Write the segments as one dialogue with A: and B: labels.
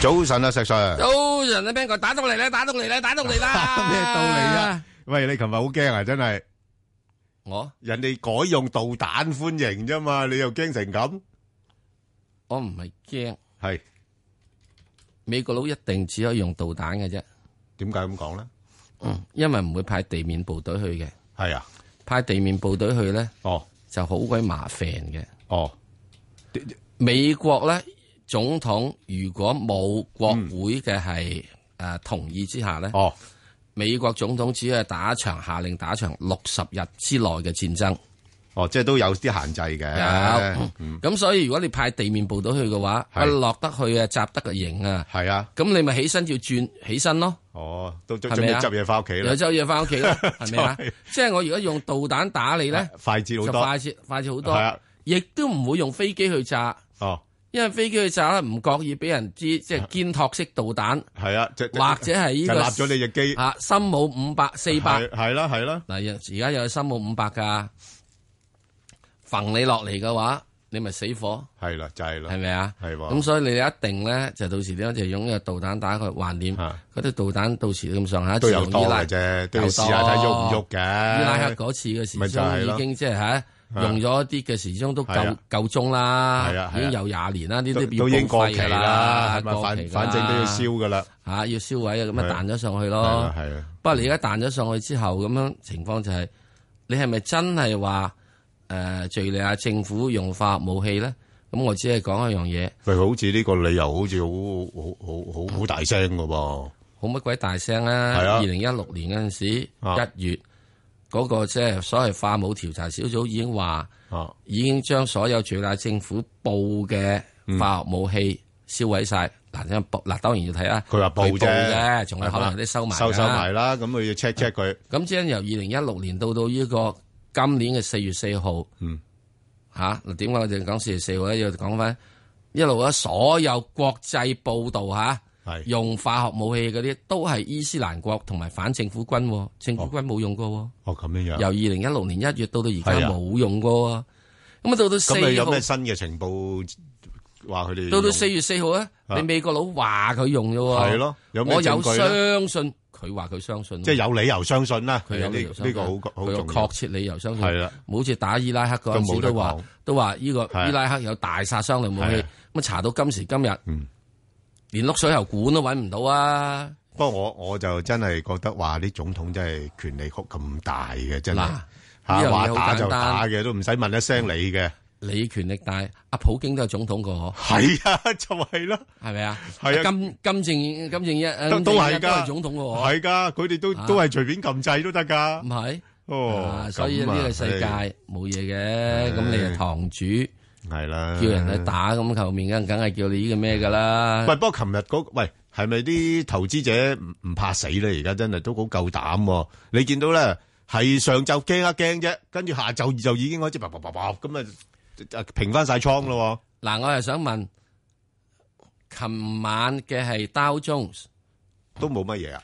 A: 早晨啊，石 Sir。
B: 早晨啊，Ben 哥，打到嚟啦，打到嚟啦，打到嚟啦。
A: 咩道理啊？？喂，你琴日好驚啊，真係
B: 我
A: 人哋改用導彈歡迎啫嘛，你又驚成咁？
B: 我唔係驚，
A: 係
B: 美國佬一定只可以用導彈嘅啫，
A: 點解咁講咧？
B: 嗯，因為唔會派地面部隊去嘅，
A: 係啊，
B: 派地面部隊去咧
A: 哦
B: 就好鬼麻煩嘅。
A: 哦，
B: 美國咧總統如果冇國會嘅係誒同意之下咧，
A: 嗯哦，
B: 美國總統只係打一場下令打一場六十日之內嘅戰爭。
A: 哦，即係都有啲限制嘅
B: 有。咁所以如果你派地面部隊去嘅話，
A: 嗯係
B: 一落得去啊，襲得個營啊，
A: 係啊，
B: 咁你咪起身要轉起身咯，
A: 哦，都都
B: 係
A: 準
B: 咪
A: 備
B: 啊
A: 執嘢翻屋企
B: 有
A: 啦，
B: 周嘢翻屋 企咯，係咪啊
A: 就係？
B: 即係我如果用導彈打你咧，
A: 啊快捷好
B: 就
A: 多，
B: 快捷快捷好
A: 係
B: 多
A: 啊，
B: 亦都唔會用飛機去炸，
A: 哦，
B: 因為飛機去炸咧唔覺意俾人知，即係肩托式導彈
A: 係啊，就
B: 或者係呢
A: 啊就立咗
B: 個
A: 你隻機，
B: 啊深武五百四百
A: 係係啦係啦，
B: 嗱，而家有深武五百㗎，揈你落嚟嘅話，你咪死火。
A: 係啦就係啦
B: 係，咪啊？
A: 係喎
B: 咁所以你一定咧，就到時點樣就用呢個導彈打佢橫掂，
A: 啊
B: 嗰啲導彈到時咁上下
A: 都有
B: 自
A: 多
B: 從伊拉
A: 嘅啫，都要
B: 有
A: 試下睇喐唔喐
B: 多
A: 嘅。
B: 伊拉克嗰次嘅時
A: 咪就係
B: 鐘
A: 咯啊
B: 已經即係嚇用咗一啲嘅時鐘都
A: 係
B: 夠
A: 啊
B: 夠鐘啦
A: 係啊係啊，
B: 已經有廿年啦，呢
A: 都
B: 啲要
A: 都已經
B: 報
A: 過
B: 廢
A: 期
B: 㗎
A: 啦，係咪？
B: 過
A: 反
B: 期㗎
A: 反正都要燒噶啦，
B: 嚇，要燒毀啊，咁
A: 係
B: 啊彈咗上去
A: 係
B: 咯
A: 啊。係啊，
B: 不過你而家彈咗上去之後，咁樣情況就係你係咪真係話誒敍利亞政府用化學武器咧？咁我只係講一樣嘢，
A: 喂，好似呢個理由好似好好好好好大聲噶噃，
B: 好乜鬼大聲啊！
A: 係啊
B: 二零一六年嗰陣時
A: 啊
B: 一月嗰個即係所謂化武調查小組已經話，
A: 啊，
B: 已經將所有最大政府報嘅化學武器燒毀晒。嗱，因為報嗱當然要睇啦，
A: 佢話報啫
B: 嘅，仲有可能有啲收埋㗎
A: 收收埋啦，咁佢要 check check 佢，
B: 咁即係由二零一六年到到呢個今年嘅四月四號，
A: 嗯
B: 吓嗱，點解我哋講四月四號咧？要講翻一路咧，啊所有國際報道吓、
A: 係
B: 用化學武器嗰啲，都係伊斯蘭國同埋反政府軍喎，政府軍冇用過喎。
A: 哦咁樣
B: 由
A: 樣。
B: 二零一六年一月到到而
A: 係
B: 家
A: 啊
B: 冇用過啊。咁啊，到到四
A: 咁你有
B: 號
A: 咩，新嘅情報話佢哋用？
B: 到到四月四號咧，
A: 啊
B: 你美國佬話佢用啫喎。
A: 係，咯，有咩
B: 我有
A: 證據咧？
B: 相信佢話佢相信，
A: 即係有理由相信啦，
B: 佢有理由
A: 呢
B: 相
A: 呢
B: 信
A: 個好好
B: 佢有
A: 重要
B: 確。切理由相信。
A: 係啦，
B: 好似打伊拉克嗰陣
A: 都冇
B: 時
A: 得
B: 都話
A: 講
B: 都話呢個
A: 係
B: 伊拉克有大殺傷力武
A: 係
B: 器
A: 啊，
B: 咁查到今時今日
A: 嗯，
B: 連碌水喉管都揾唔到啊！
A: 不過我我就真係覺得話啲總統真係權力曲咁大嘅，真係
B: 嗱
A: 嚇
B: 呢樣嘢
A: 話
B: 好
A: 打就
B: 簡單
A: 打嘅，都唔使問一聲你嘅。
B: 你權力大，阿普京都係總統過，
A: 係啊， 就係啦，
B: 係咪啊？
A: 係啊
B: 金金正金正一
A: 都都係
B: 都
A: 㗎
B: 係總統過，
A: 係噶，佢哋都
B: 啊
A: 都係隨便撳掣都得噶
B: 唔。係？
A: 哦
B: 啊，所以呢
A: 咁啊
B: 個世界
A: 唉
B: 冇嘢嘅，咁你係堂主
A: 係啦，
B: 叫人去。打，咁後面梗梗係叫你呢個咩㗎啦
A: 喂，？不過琴日嗰喂係咪啲投資者唔唔怕死咧？而家真係都好夠膽喎。你見到咧係上晝驚一驚啫，跟住下晝就已經開始叭叭叭叭咁啊，就平翻晒倉咯
B: 嗱，我係想問，琴晚嘅係 Dow Jones
A: 喎，都冇乜嘢啊，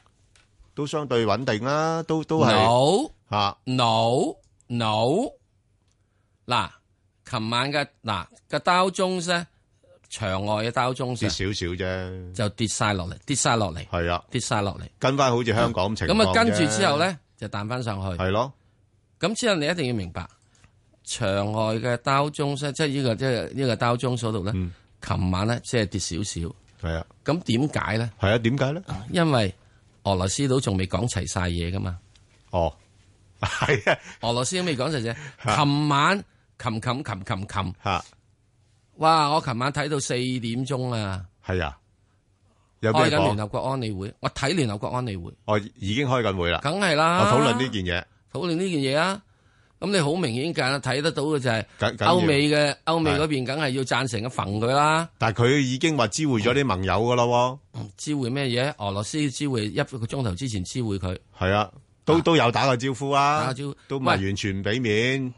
A: 都相對穩定啦，都都係
B: no。
A: 嚇
B: no no 嗱，琴晚嘅嗱嘅刀鐘咧，場外嘅刀
A: 跌
B: 鐘
A: 少少啫，
B: 就跌晒落嚟，跌晒落嚟，
A: 係啊，
B: 跌晒落嚟。
A: 跟翻好似香港情況
B: 咁啊，跟住
A: 啫
B: 之後，咧就彈翻上去。
A: 係咯。
B: 咁之後你一定要明白，場外嘅刀鐘咧，即係呢個即係呢個刀鐘嗰度咧，琴、晚咧即係跌少少。
A: 系啊，
B: 咁點解咧？
A: 系啊，点解咧？
B: 因為俄羅斯佬仲未講齊晒嘢噶嘛。
A: 哦，系啊，
B: 俄羅斯都未講齊啫。琴晚琴琴琴琴琴。
A: 吓，
B: 哇！我琴晚睇到四點鐘啊，
A: 系啊，有
B: 開
A: 咩
B: 緊聯啊
A: 講？
B: 合國安理會，我睇聯合國安理會，
A: 我已經開緊會啦，
B: 梗係
A: 啊我
B: 啦。
A: 討論呢件嘢，
B: 討論呢件嘢啊，咁你好明顯㗎，睇得到嘅就係
A: 緊緊要
B: 歐美嘅歐美嗰邊，梗係要贊成嘅揈佢啦。
A: 但係佢已經話知會咗啲盟友噶啦喎，
B: 知會咩嘢？俄羅斯知會一個鐘頭之前知會佢，
A: 係啊，都都有打個招呼啊，
B: 打個招呼
A: 都唔係
B: 喂
A: 完全唔俾面，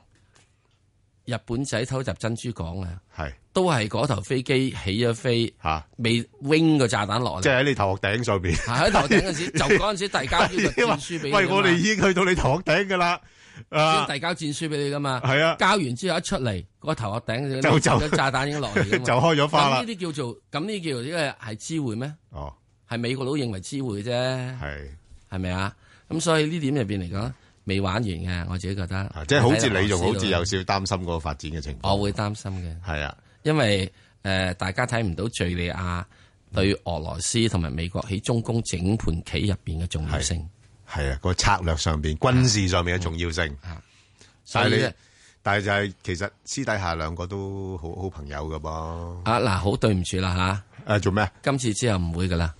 B: 日本仔偷襲珍珠港啊，
A: 係
B: 都係嗰頭飛機起咗飛，
A: 吓，
B: 未 wing 個炸彈落
A: 即
B: 嚟。
A: 係喺你頭殼頂上边。
B: 係喺頭頂嗰陣時，就嗰陣時遞交呢個戰書俾你㗎嘛
A: 喂，我哋已經去到你頭殼頂噶啦，啊
B: 先遞交戰書俾你噶嘛。
A: 係啊
B: 交完之後一出嚟，個頭殼頂
A: 就就
B: 有炸彈已經落 嚟
A: 就
B: 㗎嘛。
A: 開咗花啦
B: 咁呢啲叫做咁呢啲叫做因為係知會咩？
A: 哦，
B: 係美國佬認為知會啫，
A: 係
B: 係咪啊？咁所以呢點入邊嚟講，未玩完嘅，我自己覺得。
A: 啊，即係好似
B: 睇落
A: 你仲好似有
B: 落
A: 少少擔心嗰個發展嘅情
B: 少咯，
A: 況。
B: 我會擔心嘅。
A: 係啊，
B: 因為誒、呃大家睇唔到敍利亞對俄羅斯同埋美國喺中東整盤棋入邊嘅重要性，
A: 係啊，個策略上邊、軍事上面嘅重要性
B: 啊。
A: 但
B: 所以
A: 係你
B: 咧，
A: 但係就係其實私底下兩個都好好朋友噶噃。
B: 啊嗱，好對唔住啦
A: 誒，做咩？
B: 嚇，今次之後唔會噶啦，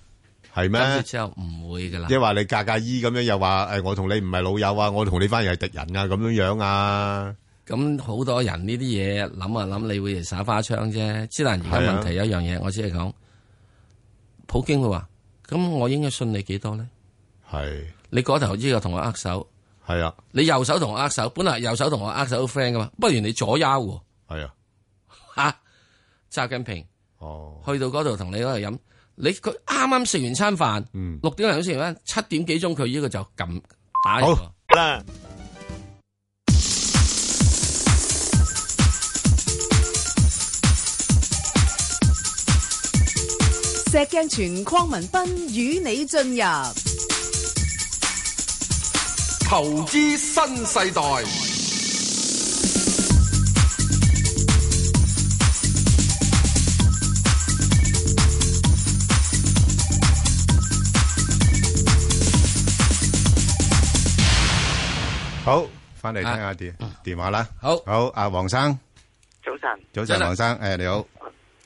A: 係
B: 今次
A: 咩？
B: 之後唔會噶啦
A: 即，係話你格格依咁樣又話誒，我同你唔係老友啊，我同你反而係敵人啊，咁樣樣啊。
B: 咁好多人呢啲嘢諗啊諗，你會耍花槍啫。之但而
A: 係
B: 家
A: 啊
B: 問題有一樣嘢，我只係講，普京佢話：咁我應該信你幾多咧？
A: 係
B: 你嗰頭依個同我握手，
A: 係啊
B: 你右手同我握手，本來右手同我握手 friend 噶嘛，不如你左右喎
A: 係啊，
B: 嚇。習近平。
A: 哦，
B: 去到嗰度同你嗰度飲，你佢啱啱食完餐飯，
A: 嗯，
B: 六點零鐘食完飯，七點幾鐘佢呢個就撳打入
A: 好
B: 喎
A: 啦。
C: 石鏡泉邝文斌與你進入
D: 投資新世代，
A: 好，翻嚟聽下電電話啦。
B: 好
A: 好，阿黃生，
E: 早晨，
A: 早晨，
B: 早晨
A: 黃生，誒，你好，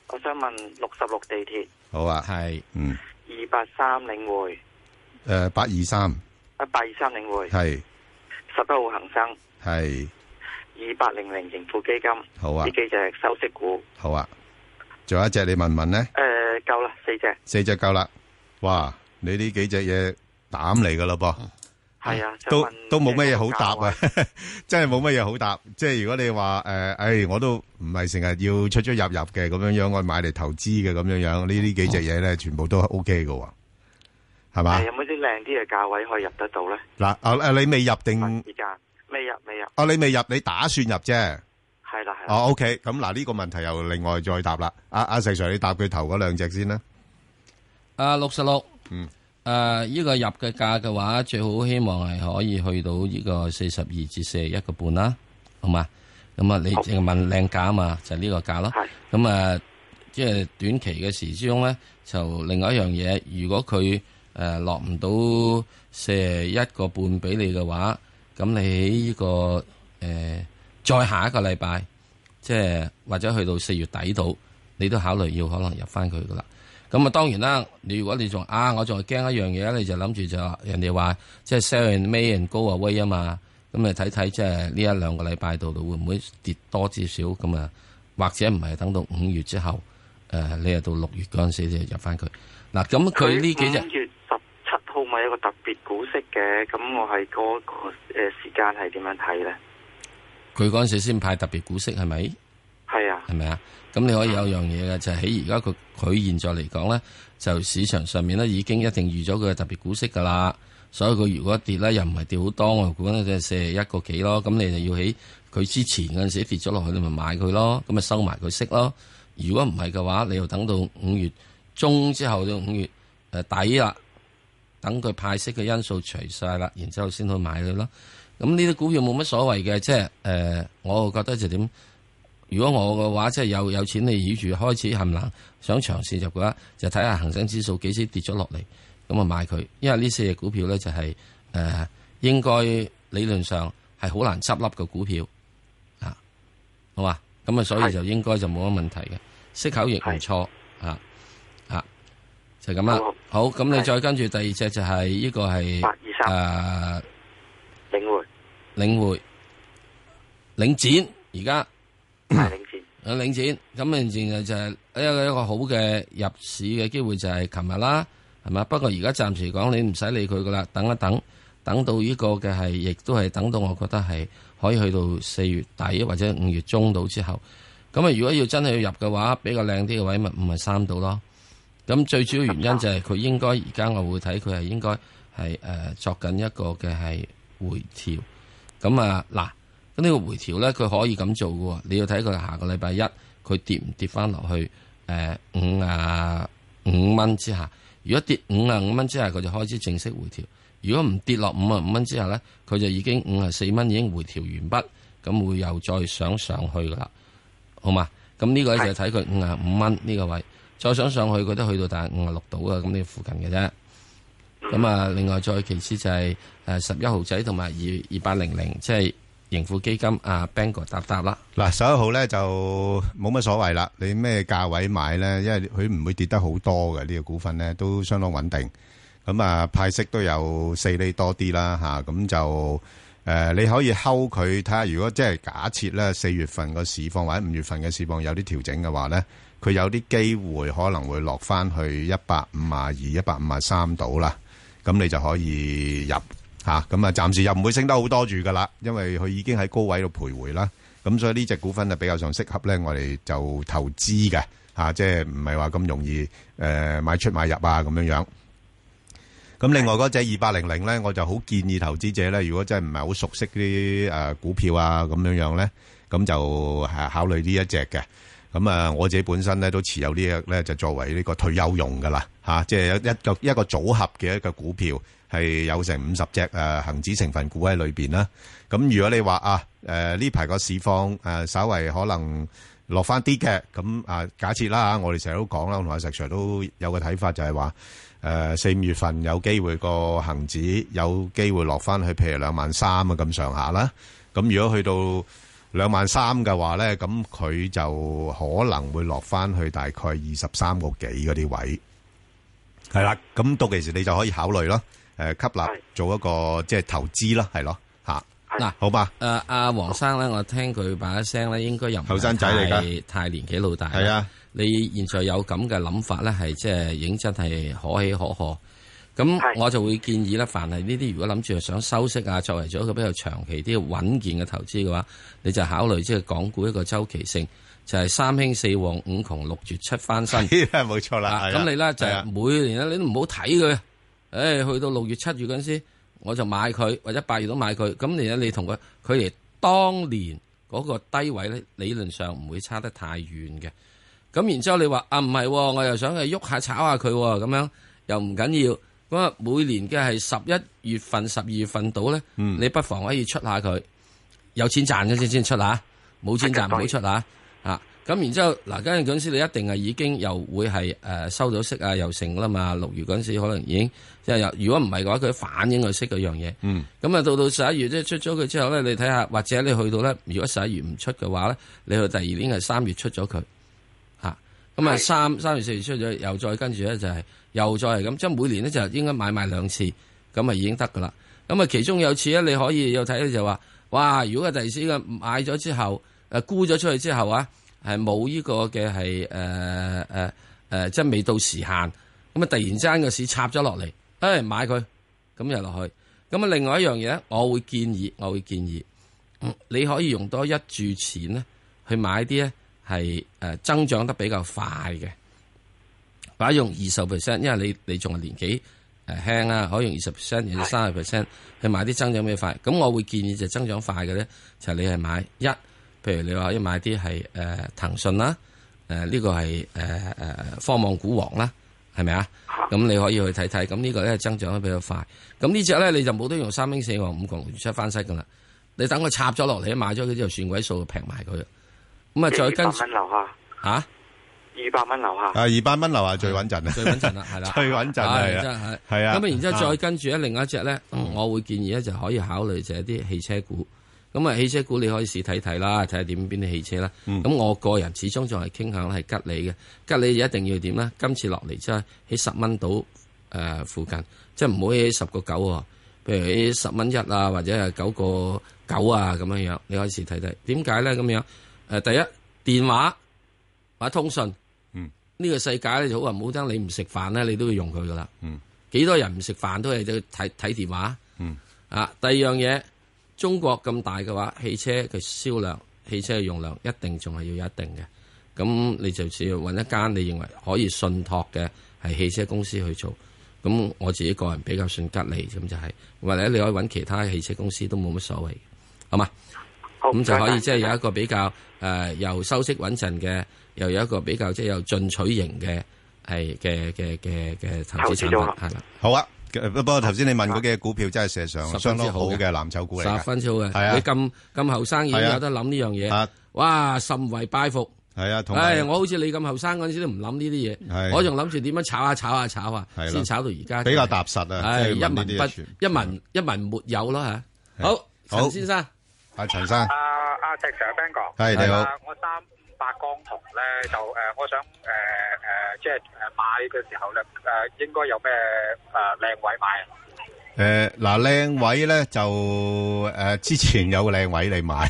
E: 我想問六十六地鐵
A: 好啊，
B: 係
A: 嗯，
E: 二八三領匯
A: 誒，八二三，
E: 一八二三領匯
A: 係
E: 十一號恒生
A: 係，
E: 二八零零盈富基金，呢
A: 好啊，
E: 幾隻收息股，
A: 好啊，仲有一隻你問唔問咧，
E: 誒、夠啦，四隻
A: 四隻夠啦，哇，你呢幾隻嘢膽嚟噶咯噃。
E: 係啊，想
A: 都
E: 問
A: 都冇乜嘢好答啊
E: 價位！
A: 真係冇乜嘢好答。即係如果你話誒，诶、唉我都唔係成日要出出入入嘅咁樣樣，我買嚟投資嘅咁樣樣，呢呢幾隻嘢咧，全部都 O K 嘅喎，係嘛
E: 誒？有冇啲靚啲嘅價位可以入得到咧？
A: 嗱，啊啊你未入定
E: 而家未入未入，
A: 啊？你未入，你打算入啫？
E: 係啦係啦，
A: 哦，O K，咁嗱呢個問題又另外再答啦。阿、阿、石 Sir，你答佢頭嗰兩隻先啦。
B: 啊六十六，
A: 嗯，
B: 誒依個入嘅價嘅話，最好希望係可以去到呢個四十二至四十一個半啦，好嘛？咁啊，你
E: 好
B: 淨係問靚價啊嘛，就係呢個價咯。
E: 係
B: 咁啊，即係短期嘅時之中咧，就另外一樣嘢，如果佢誒落唔到四一個半俾你嘅話，咁你喺呢、個誒、呃再下一個禮拜，即係或者去到四月底度，你都考慮要可能入翻佢噶啦。咁啊，當然啦，你如果你仲啊，我仲係驚一樣嘢，你就諗住就話人哋話即係 sell in May and go away 啊嘛。咁你睇睇即係呢一兩個禮拜度，會唔會跌多至少咁啊？或者唔係等到五月之後，誒、你又到六月嗰陣時就入翻佢。嗱，咁佢呢幾隻
E: 五月十七號咪有個特別股息嘅，咁我係嗰個誒時間係點樣睇咧？
B: 佢嗰陣時先派特別股息係咪？
E: 係啊，
B: 係咪啊？咁你可以有樣嘢嘅，就係喺而家佢佢現在嚟講咧，就市場上面咧已經一定預咗佢嘅特別股息噶啦。所以佢如果跌咧，又唔係跌好多，我估咧就四十一個幾咯。咁你就要喺佢之前嗰陣時跌咗落去，你咪買佢咯，咁咪收埋佢息咯。如果唔係嘅話，你要等到五月中之後到五月誒底啦，等佢派息嘅因素除晒啦，然之後先去買佢咯。咁呢啲股票冇乜所謂嘅，即係誒、呃我覺得就點？如果我嘅話，即係有有錢你繞住開始冚冷，想長線入嘅話，就睇下恒生指數幾時跌咗落嚟，咁啊買佢。因為呢四隻股票咧就係、誒、呃、應該理論上係好難執笠嘅股票啊，好嘛？咁啊，所以
E: 係
B: 就應該就冇乜問題嘅，息口亦唔
E: 係
B: 錯啊啊，就咁啦
E: 好。
B: 好，咁你
E: 係
B: 再跟住第二隻就係呢個係
E: 八二三
B: 誒
E: 領匯
B: 領匯領展而家。
A: 嗯
E: 大領展。
B: 有領展，咁然後就係一個一個好嘅入市嘅機會就係琴日啦，係嘛？不過而家暫時講你唔使理佢噶啦，等一等，等到呢個嘅係，亦都係等到我覺得係可以去到四月底或者五月中到之後，咁啊如果要真係要入嘅話，比較靚啲嘅位咪五十三度咯。咁最主要原因就係佢應該而家我會睇佢係應該係誒、呃作緊一個嘅係回調。咁啊嗱，咁呢個回調咧，佢可以咁做嘅喎。你要睇佢下個禮拜一佢跌唔跌翻落去誒五啊五蚊之下。如果跌五啊五蚊之下，佢就開始正式回調。如果唔跌落五啊五蚊之下咧，佢就已經五啊四蚊已經回調完畢，咁會又再上上去噶啦，好嘛？咁呢個咧就睇佢五啊五蚊呢個位，再想上去佢都去到大五啊六度啊，咁呢附近嘅啫。咁啊，另外再其次就係誒十一號仔同埋二二八零零，即係盈富基金啊 b a n g o 搭搭啦。
A: 嗱，11號呢，就冇乜所謂啦，你咩價位買呢？因為佢唔會跌得好多嘅，呢個股份呢，都相當穩定。咁啊，派息都有四厘多啲啦，吓，咁就，誒，你可以睺佢，睇下如果即係假設呢，四月份個市況或者五月份嘅市況有啲調整嘅話呢，佢有啲機會可能會落返去152 153度啦。咁你就可以入吓，咁啊暫時又唔會升得好多住噶啦，因為佢已經喺高位度徘徊啦。咁所以呢只股份就啊比較上適合咧，我哋就投資嘅吓，即係唔係話咁容易誒、呃、買出買入啊咁樣樣。咁另外嗰只二八零零咧，我就好建議投資者咧，如果真係唔係好熟悉啲誒股票啊咁樣樣咧，咁就係考慮呢一隻嘅。咁啊，我自己本身咧都持有呢只咧，就作為呢個退休用噶啦嚇，即係有一個一個組合嘅一個股票係有成五十隻誒恆指成分股喺裏邊啦。咁如果你話啊誒呢排個市況誒稍為可能落翻啲嘅，咁啊假設啦嚇，我哋成日都講啦，我同阿石 Sir 都有個睇法就係話。誒四五月份有機會個恒指有機會落翻去，譬如兩萬三啊咁上下啦。咁如果去到兩萬三嘅話咧，咁佢就可能會落翻去大概二十三個幾嗰啲位。係啦，咁到其時你就可以考慮咯。誒，吸納
E: 係
A: 做一個即係投資啦，係咯嚇。
B: 嗱
A: 好嘛，
B: 誒阿黃生咧，我聽佢把聲咧，應該又唔係
A: 後生仔嚟㗎
B: 太太年紀老大。
A: 係啊，
B: 你現在有咁嘅諗法咧，係即係認真係可喜可賀。咁
E: 係
B: 我就會建議咧，凡係呢啲如果諗住想收息啊，作為咗一個比較長期啲穩健嘅投資嘅話，你就考慮即係港股一個周期性，就係、三興四旺五窮六絕七翻身。
A: 冇錯啦。
B: 啊
A: 係啦
B: 咁你咧就
A: 係
B: 係
A: 啊
B: 每年咧，你都唔好睇佢。唉，去到六月七月嗰陣時，我就買佢，或者八月都買佢。咁你呢你同佢距離當年嗰個低位咧，理論上唔會差得太遠嘅。咁然之後你話啊，唔係、喎，我又想去喐下炒下佢喎咁、樣，又唔緊要。咁啊，每年嘅係十一月份、十二月份到咧，
A: 嗯
B: 你不妨可以出下佢，有錢賺嘅先先出下，冇錢賺唔好出下。啊，咁然之後嗱，跟住嗰陣時你一定係已經又會係誒、呃收到息啊，又成啦嘛。六月嗰陣時可能已經即係又，如果唔係嘅話，佢反映佢息嗰樣嘢。嗯。咁啊，到到十一月即係出咗佢之後咧，你睇下，或者你去到咧，如果十一月唔出嘅話咧，你去第二年係三月出咗佢。嚇，咁啊
E: 係
B: 三三月四月出咗，又再跟住咧就係、又再係咁，即係每年咧就應該買賣兩次，咁啊已經得噶啦。咁啊其中有次咧，你可以有睇咧就話，哇！如果第二次嘅買咗之後，誒沽咗出去之後啊，係冇呢個嘅係誒誒誒，即係未到時限，咁啊突然之間個市插咗落嚟，誒、哎買佢，咁又落去。咁啊另外一樣嘢咧，我會建議，我會建議。嗯你可以用多一注錢咧，去買啲咧係誒增長得比較快嘅，或者用二十 percent，因為你你仲係年紀誒輕啊，可以用二十 percent 或者三十 percent 去買啲增長比較快。咁我會建議就增長快嘅咧，就係你係買一，譬如你話要買啲係誒騰訊啦，誒呢個係誒誒科網股王啦，係咪啊？咁你可以去睇睇，咁呢個咧增長得比較快。咁呢只咧你就冇得用三英四王五窮六絕七翻身噶啦。你等佢插咗落嚟，買咗佢之後算鬼數，平埋佢。咁啊，再
E: 二
B: 跟
E: 百蚊啊樓下，
B: 嚇
E: 二百蚊樓下。
A: 啊二百蚊樓下最穩陣啊，
B: 最穩陣啦，係啦，
A: 最穩陣係啊
B: 真係
A: 係啊嗯
B: 咁啊，然之後
A: 啊
B: 再跟住咧，另一隻咧，我會建議咧就可以考慮就係啲汽車股。咁啊，汽車股你可以試睇睇啦，睇下點邊啲汽車啦。
A: 嗯
B: 咁我個人始終仲係傾向係吉利嘅，吉利一定要點咧？今次落嚟即係喺十蚊到誒附近，即係唔好喺十個九喎。譬如喺十蚊一啊，或者係九個九啊咁樣樣，你可以試睇睇。點解咧咁樣？誒、第一電話或者通訊，
A: 嗯，
B: 呢個世界咧就好話唔好聽，你唔食飯咧，你都要用佢噶啦。
A: 嗯，
B: 幾多人唔食飯都係都睇睇電話。
A: 嗯，
B: 啊，第二樣嘢，中國咁大嘅話，汽車嘅銷量、汽車嘅用量一定仲係要有一定嘅。咁你就只要揾一間你認為可以信託嘅係汽車公司去做。咁我自己個人比較信吉利咁就係、或者你可以揾其他汽車公司都冇乜所謂。好嘛？
E: 好
B: 咁就
E: 唔
B: 可
E: 該
B: 以
E: 晒
B: 即係有一個比較誒、呃又收息穩陣嘅，又有一個比較即係有進取型嘅係嘅嘅嘅嘅投資產
E: 投資組
B: 品
E: 合
B: 係啦，
A: 好啊。不過頭先你問嗰嘅股票真係事實上
B: 啊十
A: 相
B: 分之
A: 當好
B: 好嘅
A: 嘅藍籌股嚟
B: 十
A: 㗎，
B: 分之好嘅。
A: 係啊
B: 你咁咁後生已經
A: 係啊
B: 有得諗呢樣嘢
A: 啊，
B: 哇！甚為拜服。
A: 係啊，同埋
B: 唉，我好似你咁後生嗰陣時都唔諗呢啲
A: 係
B: 嘢，我仲諗住點樣炒下炒下炒下
A: 係，咯
B: 先炒到而家
A: 比較踏實啊，
B: 唉，
A: 即係
B: 一
A: 揾
B: 文
A: 呢啲嘢
B: 不
A: 全
B: 一文一文沒有啦
A: 係
B: 吓。好，
A: 好
B: 陳先生，
A: 阿陳生
F: 啊阿石 Sir Ben 哥，
A: 係你好
F: 啊我三五百光同咧就誒、呃我想誒誒、呃即係誒買嘅時候咧誒、呃，應該有咩誒靚位買啊？
A: 誒，嗱靚位咧就誒之前有個靚位你買，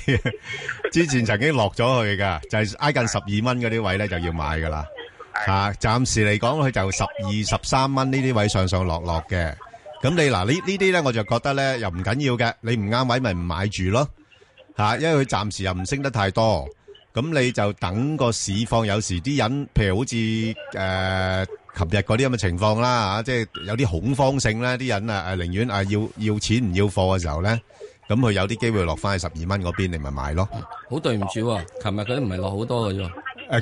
A: 之前曾經落咗去噶，就係挨近十二蚊嗰啲位咧就要買噶啦。吓，暫時嚟講佢就十二十三蚊呢啲位上上落落嘅。咁你嗱呢呢啲咧我就覺得咧又唔緊要嘅，你唔啱位咪唔買住咯。吓，因為佢暫時又唔升得太多，咁你就等個市況。有時啲人，譬如好似誒琴日嗰啲咁嘅情況啦，吓，即係有啲恐慌性咧，啲人啊誒寧願啊要要錢唔要貨嘅時候咧，咁佢有啲機會落翻去十二蚊嗰邊，你咪買咯。
B: 好對唔住喎，琴日佢都唔係落好多嘅啫喎，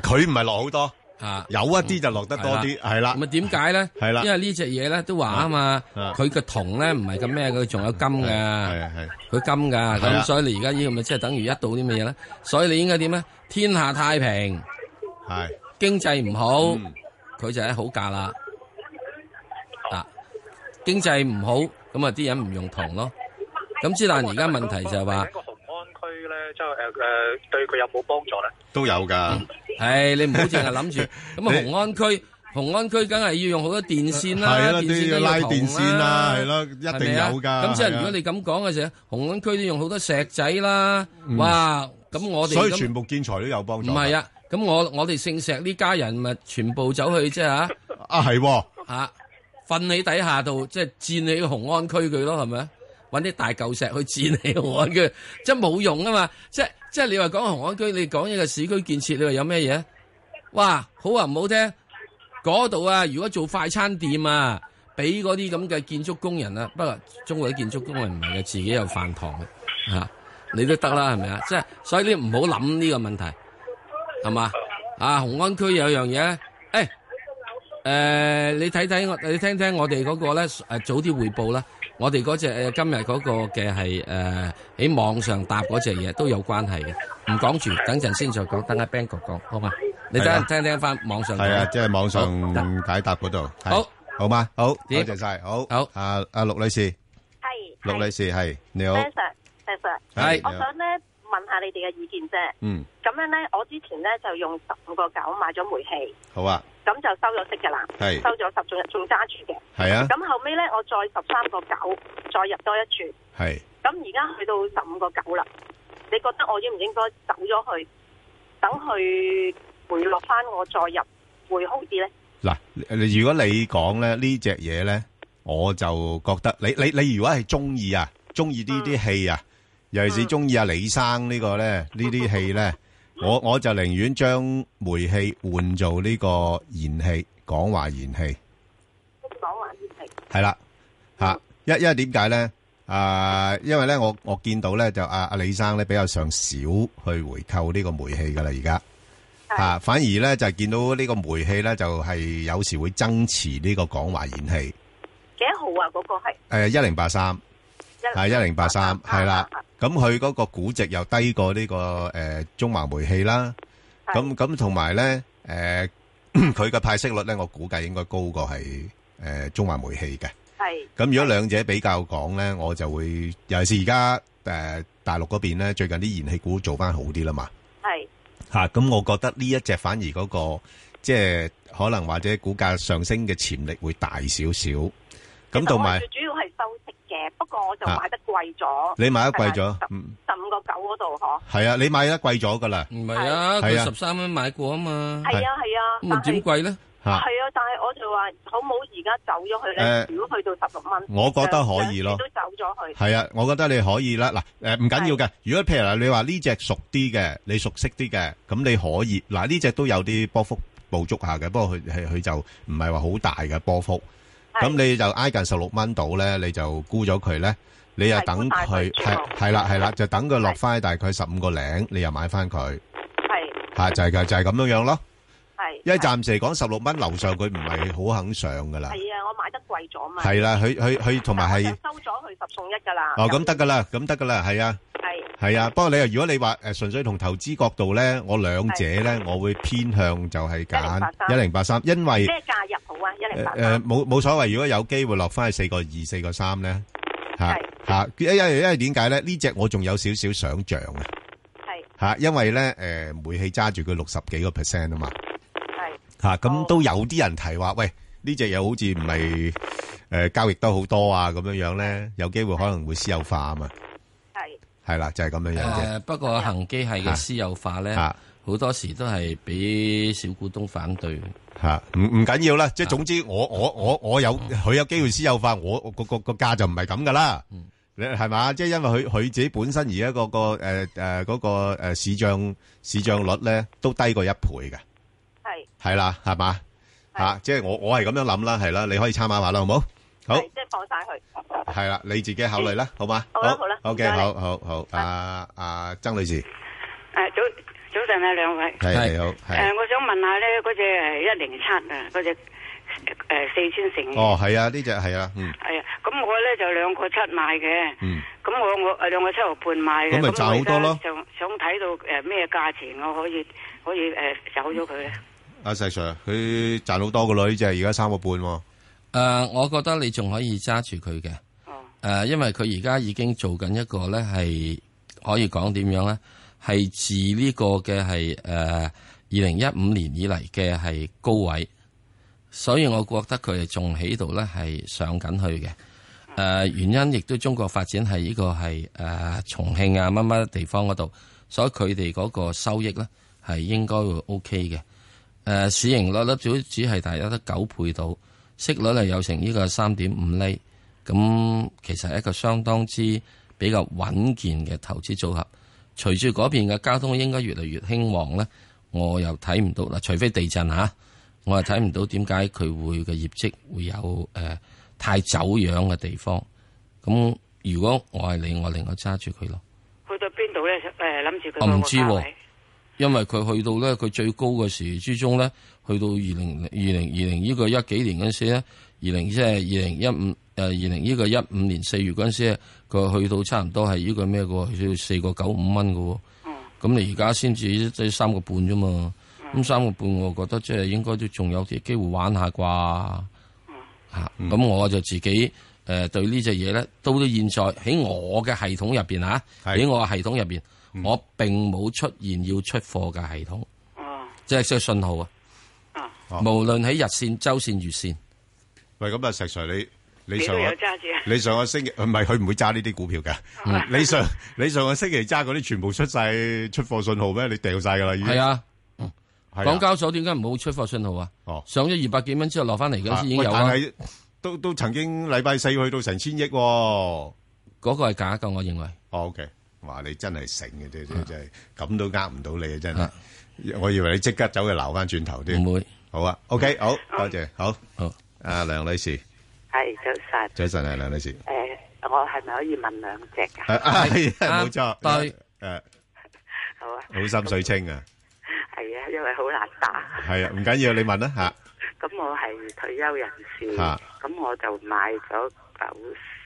A: 誒，佢唔係落好多，
B: 啊。
A: 有一啲就落得多啲，係啦
B: 咁，啊，點解咧？
A: 係啦
B: 因為呢隻嘢咧都話啊嘛，
A: 啊
B: 佢個銅咧唔係咁咩，佢仲有金
A: 係啊
B: 㗎，
A: 係係
B: 佢金㗎。
A: 係啊
B: 咁所以你而家呢個咪即係等於一到啲咩嘢咧？所以你應該點咧？天下太平，
A: 係
B: 經濟唔好
A: 嗯，
B: 佢就喺好價啦。啊，經濟唔好，咁啊啲人唔用銅咯。咁之但而家問題就係 話
F: 喺，個紅安區咧，即係誒誒對佢有冇幫助咧？
A: 都有噶，
B: 唉，你唔好淨係諗住咁啊
A: 你
B: 紅安區。紅安區梗係要用好多電線啦，
A: 係啦
B: 電
A: 都
B: 線
A: 要
B: 都
A: 拉
B: 銅
A: 電線啦係咯一
B: 係咪
A: 定
B: 啊
A: 有㗎
B: 咁即係
A: 係啊
B: 如果你咁講嘅時候，紅安區都用好多石仔啦，哇！咁我哋
A: 所以
B: 咁
A: 全部建材都有幫
B: 唔
A: 助。
B: 係啊，咁我我哋姓石呢家人咪全部走去即係嚇
A: 啊係喎，
B: 嚇瞓喺底下度，即係佔起紅安區佢咯，係咪啊？揾啲大舊石去佔起紅安區， 即係冇用啊嘛！即係即係你話講紅安區，你講呢個市區建設，你話有咩嘢？哇！好話唔好聽，嗰度啊，如果做快餐店啊，俾嗰啲咁嘅建築工人啊，不過中國啲建築工人唔係嘅，自己有飯堂嘅嚇、啊你都得啦，係咪啊？即係所以你唔好諗呢個問題，係嘛？啊，紅安區有樣嘢咧，誒、誒、你睇睇我，你聽聽我哋嗰個咧，誒、早啲匯報啦。我哋嗰只誒今日嗰個嘅係誒喺網上答嗰只嘢都有關係嘅，唔講住，等陣先再講，等阿 Bang 哥講好嘛？你
A: 係
B: 等
A: 啊
B: 陣聽聽翻網上講
A: 係啊，即係網上解答嗰度。係
B: 好，
A: 好嘛，好，多
B: 點
A: 謝晒，好，
B: 好
A: 啊啊，陸女士，
G: 系
A: 陸女士係你好，
G: ，Sir，Sir，
B: 係
G: 我
A: 你好
G: 想咧問下你哋嘅意見啫。
A: 嗯，
G: 咁樣咧，我之前咧就用十五個九買咗煤氣，
A: 好啊，
G: 咁就收咗息嘅啦，
A: 係
G: 收咗十仲仲揸住嘅。
A: 係啊，
G: 咁後尾咧，我再十三個九再入多一注，
A: 係
G: 咁而家去到十五個九啦。你覺得我應唔應該走咗去，等佢回落翻，我再入會好啲咧？
A: 嗱，你如果你講咧呢隻嘢咧，我就覺得你你你如果係中意啊，中意呢啲戲啊，尤其是中意阿李生呢個咧呢啲戲咧，我我就寧願將煤氣換做呢個燃氣，講話燃氣。
G: 講話熱情，
A: 系啦，吓，因因为点解咧？啊、因為咧，我我見到咧就阿、阿李生咧比較上少去回購呢個煤氣噶啦，而家啊，反而咧就係見到呢個煤氣咧就係、有時會增持呢個港華燃氣，
G: 幾多號啊？嗰、個係
A: 誒一零八三係一零八三係啦，咁佢嗰個估值又低過呢、個呃中華煤氣啦，
G: 係
A: 咁咁同埋咧誒 佢嘅派息率咧，我估計應該高過係誒中華煤氣嘅。
G: 係
A: 咁如果兩者比較講咧，我就會尤其是而家誒大陸嗰邊咧，最近啲燃氣股做翻好啲啦嘛。
G: 係
A: 嚇，咁我覺得呢一隻反而嗰、個即係可能或者股價上升嘅潛力會大少少。咁同埋
G: 其實我最主要係收息嘅，不過我就
A: 啊
G: 買得貴咗，
A: 你買得貴
G: 係啊
A: 咗
G: 咪，
A: 嗯，
G: 十五個九嗰度嗬。
A: 係啊，你買得貴咗噶啦
B: 唔係啊，
A: 係啊
B: 佢十三蚊買過啊嘛，
G: 係啊係啊，
B: 咁啊
G: 但
B: 點
G: 係
B: 貴咧？
A: 嚇，
G: 係啊，但係我就話好冇而家走咗去咧
A: 誒，
G: 如果去到十六蚊，
A: 我覺得可以咯
G: 兩次都走咗去，
A: 係啊，我覺得你可以啦。嗱，誒唔緊要嘅。如果譬如話你話呢只熟啲嘅，你熟悉啲嘅，咁你可以嗱呢只都有啲波幅捕捉下嘅，不過佢係佢就唔係話好大嘅波幅。
G: 係
A: 咁你就挨近16蚊度呢，你就沽咗佢呢，你又
G: 係
A: 等
G: 沽大
A: 佢
G: 佢之
A: 係
G: 後
A: 係啦係啦，就等佢落翻大概十五個零，你又買翻佢
G: 係
A: 吓，就係咁就係咁樣樣咯。
G: 係，
A: 因為暫時嚟講，十六蚊樓上佢唔係好肯上噶啦。
G: 係啊，我買得貴咗嘛，
A: 係啦，佢佢佢同埋
G: 但我
A: 係
G: 就收咗佢十送一㗎啦。
A: 哦，咁得噶啦，咁得噶啦，係啊。
G: 係
A: 系啊，不過你又如果你話诶纯粹同投資角度咧，我兩者咧，我會偏向就係揀一零八三，因為
G: 咩價入好啊？一
A: 诶
G: 零八
A: 诶冇冇所謂，如果有機會落翻去四個二、四個三咧，吓
G: 係
A: 吓，因為因為點解咧？呢只我仲有少少想像啊，
G: 係
A: 吓，因為咧诶煤氣揸住佢六十幾個 percent 啊嘛，
G: 係
A: 吓咁
G: 哦
A: 都有啲人提話，喂呢只又好似唔係诶交易得好多啊咁樣樣咧，有機會可能會私有化啊嘛，
G: 係
A: 係啦，就係啊咁樣樣啫，
B: 誒不過恒基系嘅私有化咧，
A: 吓。
B: 好多時都係俾小股東反對。
A: 吓，唔唔紧要啦，即系总之我我我我有佢有機會私有化，我我個個個價就唔係咁噶啦，你係嘛？即係因為佢佢自己本身而家個個诶诶嗰個诶市漲市漲率咧都低過一倍嘅，
G: 係
A: 係啦，係嘛？
G: 係
A: 吓，即係我我係咁樣諗啦，係啦，你可以參考下啦，好冇？好
G: 係，即係放晒佢。
A: 係啦，你自己考慮啦，好嘛？
G: 好啦好啦
A: ，OK，
G: 唔該你
A: 好好好，阿阿曾女士，
H: 诶，早早晨啊，兩位。
A: 係
B: 係
A: 你好，
H: 诶
A: 係，
H: 我想問下咧，嗰只一零七啊，嗰只诶四川成
A: 哦，係啊，呢只係啊，嗯
H: 系啊，咁我咧就兩個七買嘅，
A: 嗯，
H: 咁我我诶两个七毫半買嘅，
A: 咁咪賺好多咯
H: 我而家想想睇到诶咩價錢我可以可以诶走咗佢咧？啊
A: 阿細 Sir 佢賺好多個女，就係而家三個半喎。
B: 誒、呃我覺得你仲可以揸住佢嘅。誒、
H: 哦，
B: 因為佢而家已經做緊一個咧，係可以講點樣咧？係自呢個嘅係誒呃二零一五年以嚟嘅係高位，所以我覺得佢係仲喺度咧係上緊去嘅。誒、原因亦都中國發展係呢個係誒、重慶啊乜乜地方嗰度，所以佢哋嗰個收益咧係應該會 O K 嘅。誒、呃市盈率咧只只係大約得九倍到，息率係有成呢個三點五厘，咁其實係一個相當之比較穩健嘅投資組合。隨住嗰邊嘅交通應該越嚟越興旺咧，我又睇唔到啦，除非地震嚇、我又睇唔到點解佢會嘅業績會有誒、呃太走樣嘅地方。咁如果我係你，我另外揸住佢咯，
H: 去到邊度咧？诶諗住佢
B: 啊我
H: 嗰
B: 唔
H: 個
B: 知
H: 價
B: 喎
H: 位
B: 因為佢去到咧佢最高嘅時之中咧，去到二零二零二零呢個一幾年嗰陣時咧，二零即係二零一五誒二零呢個一五年四月嗰陣時呢，佢去到差唔多係呢個咩嘅喎，去到四個九五蚊嘅喎。咁你而家先至即係三個半啫嘛，咁三個半我覺得即係應該都仲有啲機會玩下啩，嚇咁、我就自己誒、呃、對呢隻嘢咧，到到現在喺我嘅系統入邊嚇，
A: 係
B: 喺我嘅系統入邊，我並冇出現要出貨嘅系統，
H: 哦，
B: 即係即係信號啊
H: 哦。
B: 無論喺日線、周線、月線，
A: 喂，咁啊，石 Sir，你你
H: 你
A: 上
H: 都有
A: 個
H: 揸住啊？
A: 你上個星期唔係佢唔會揸呢啲股票嘅。 你上你上個星期揸嗰啲全部出晒出貨信號咩？你掉晒噶啦，已經
B: 係啊，
A: 係啊
B: 港交所點解唔好出貨信號啊？
A: 哦
B: 上咗二百幾蚊之後落翻嚟嗰陣時已經
A: 啊喂
B: 有啊
A: 但
B: 啦，
A: 係都都曾經禮拜四去到成千億喎。哦
B: 嗰個係假嘅，我認為。
A: ，OK，哇！你真係醒嘅啫，真係咁都呃唔到你啊！真
B: 啊
A: 係，我以為你即刻走去鬧翻轉頭添。
B: 唔會
A: 好啊，OK，好，多謝，好。
B: 好。
A: 阿梁女士，
I: 系早晨，
A: 早晨啊，梁女士。
I: 诶、我系咪可以問兩隻㗎？
A: 啊啊係啊冇錯。
B: 對
A: 誒，
I: 好啊，
A: 好心水清啊！
I: 係啊，因為好難打。
A: 係啊，唔緊要，你問啦嚇。
I: 咁我係退休人士，
A: 嚇
I: 咁我就買咗九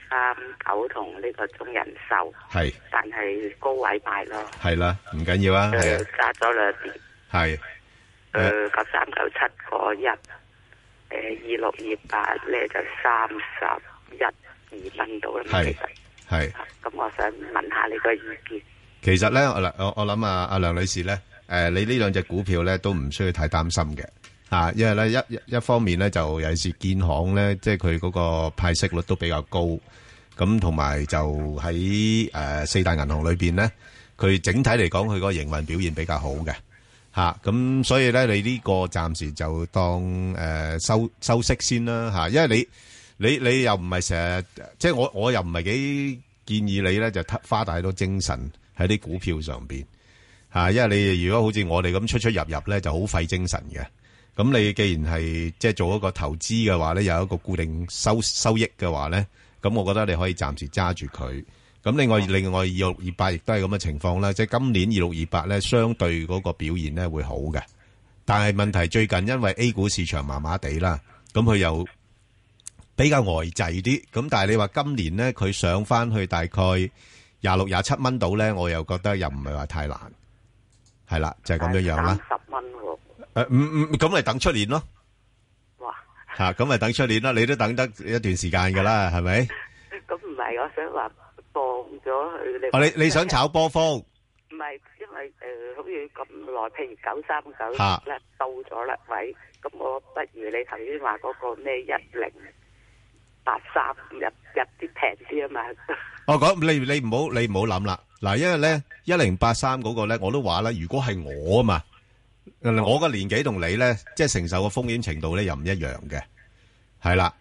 I: 三九同呢個中人壽，
A: 係
I: 但係高位買咯，
A: 係啦，唔緊要啊，係
I: 誒揸咗兩年，
A: 啊，係
B: 啊
I: 誒九三九七個一，誒呃二六二八咧就三十一二蚊到啦，
A: 係
I: 其實。
A: 係。
I: 咁我想問下你個意見。
A: 其實咧，我我我諗啊，阿梁女士咧，诶、你呢兩隻股票咧都唔需要太擔心嘅，啊，因為咧一一一方面咧就尤其是建行咧，即係佢嗰個派息率都比較高，咁同埋就喺诶、呃四大銀行裏边咧，佢整體嚟講佢個營運表現比較好嘅。吓，咁、所以咧，你呢個暫時就當誒、呃收收息先啦吓，因為你你你又唔係成日，即係我我又唔係幾建議你咧就花花太多精神喺啲股票上邊吓、因為你如果好似我哋咁出出入入咧就好費精神嘅。咁你既然係即係做一個投資嘅話咧，有一個固定收收益嘅話咧，咁我覺得你可以暫時揸住佢。咁另外另外二六二八亦都係咁嘅情況啦，即係今年二六二八咧，相對嗰個表現咧會好嘅。但係問題最近因為 A 股市場麻麻地啦，咁佢又比較呆滯啲。咁但係你話今年咧，佢上翻去大概廿六廿七蚊度咧，我又覺得又唔係話太難。係啦，就係咁樣樣啦。
I: 三十蚊喎，
A: 誒，唔唔，咁咪等出年咯。
I: 哇！
A: 吓，咁咪等出年啦。你都等得一段時間噶啦，係咪？
I: 咁唔係，我想話放咗佢。
A: 哦，你你想炒波幅？
I: 唔係，因為誒，好似咁耐，譬如九三九
A: 嚇
I: 咧到咗啦位，咁我不如你頭先話嗰個咩一零八三入入啲平啲啊嘛。
A: 我講你你唔好你唔好諗啦，嗱，因為咧一零八三嗰個咧，我都話啦，如果係我啊嘛，我嘅年紀同你咧，即係承受嘅風險程度咧又唔一樣嘅，係啦，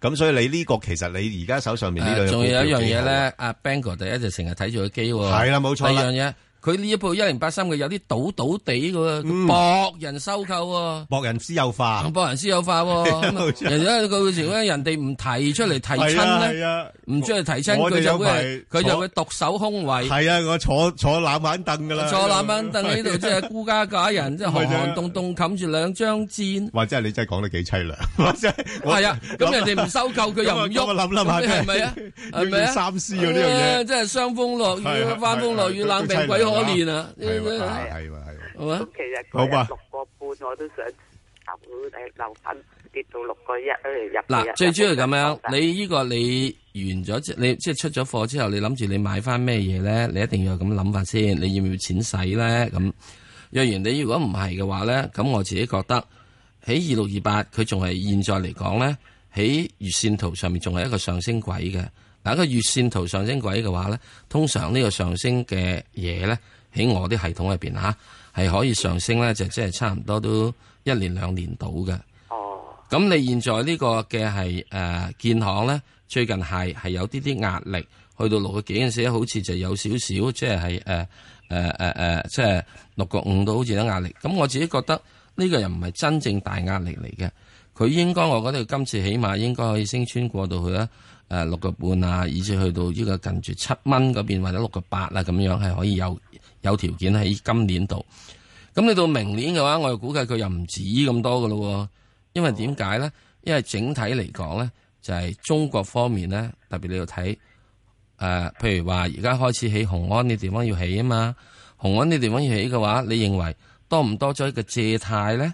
A: 咁所以你呢個其實你而家手上面呢
B: 誒
A: 兩
B: 啊仲有一樣
A: 樣
B: 嘢，咧，阿 Bang 哥第一就成日睇住個機喎。
A: 啊係啦冇錯
B: 第
A: 啦
B: 二樣嘢，佢呢一部一零八三嘅有啲倒倒地嘅喎，
A: 嗯
B: 佢博人收購喎。
A: 博人私有化，
B: 咁博人私有化 喎，
A: 冇
B: 咁
A: 錯
B: 啊人哋佢會成咧，人哋唔提出嚟提
A: 係啊
B: 親
A: 係
B: 咧，
A: 啊，
B: 唔出嚟提親，
A: 我哋
B: 佢就
A: 有
B: 會
A: 排
B: 佢就
A: 坐
B: 會獨守空位。
A: 係啊，我坐坐冷板凳噶啦，
B: 坐冷板凳喺度，即係孤家寡人，即係寒寒凍凍冚住兩張毡。
A: 哇！真係你真係講得幾凄 涼，我真係我
B: 係啊，咁人哋唔收購佢又唔
A: 咁我
B: 喐，
A: 諗諗下
B: 咁你係 咪啊
A: 真？
B: 係咪
A: 要
B: 啊？
A: 三思喎呢樣嘢
B: 啊真係傷風落
A: 係啊
B: 雨，翻風落雨，
A: 係啊
B: 冷病鬼可憐啊！呢
A: 係喎
B: 啲
A: 啊係喎係喎。
B: 係嘛
I: 咁？其實
A: 好
I: 嗰
A: 吧
I: 日六個半我都想留誒留份跌到六個一咧入。
B: 嗱，最主要係咁樣，你呢個你完咗之，你即係出咗貨之後，你諗住你買翻咩嘢咧？你一定要有咁諗法先，你要唔要錢使咧？咁若然你如果唔係嘅話咧，咁我自己覺得喺二六二八，佢仲係現在嚟講咧，喺月線圖上面仲係一個上升軌嘅。嗱，一個月線圖上升軌嘅話咧，通常呢個上升嘅嘢咧，喺我啲系統入邊嚇係可以上升咧，就即係差唔多都一年兩年到嘅。
I: 哦，
B: 咁你現在呢個嘅係誒建行咧，最近係係有啲啲壓力，去到六個幾嘅時候好似就有少少即係係誒誒誒誒，即係六個五度好似有壓力。咁我自己覺得呢個又唔係真正大壓力嚟嘅，佢應該我覺得今次起碼應該可以升穿過到去啦。誒六個半啊，以至去到呢個近住七蚊嗰邊或者六個八啦，咁樣係可以有有條件喺今年度。咁你到明年嘅話，我又估計佢又唔止咁多噶咯喎。因為點解咧？因為整體嚟講咧，就係、中國方面咧，特別你要睇誒、呃譬如話而家開始起紅安嘅地方要起啊嘛，紅安嘅地方要起嘅話，你認為多唔多咗一個借貸咧？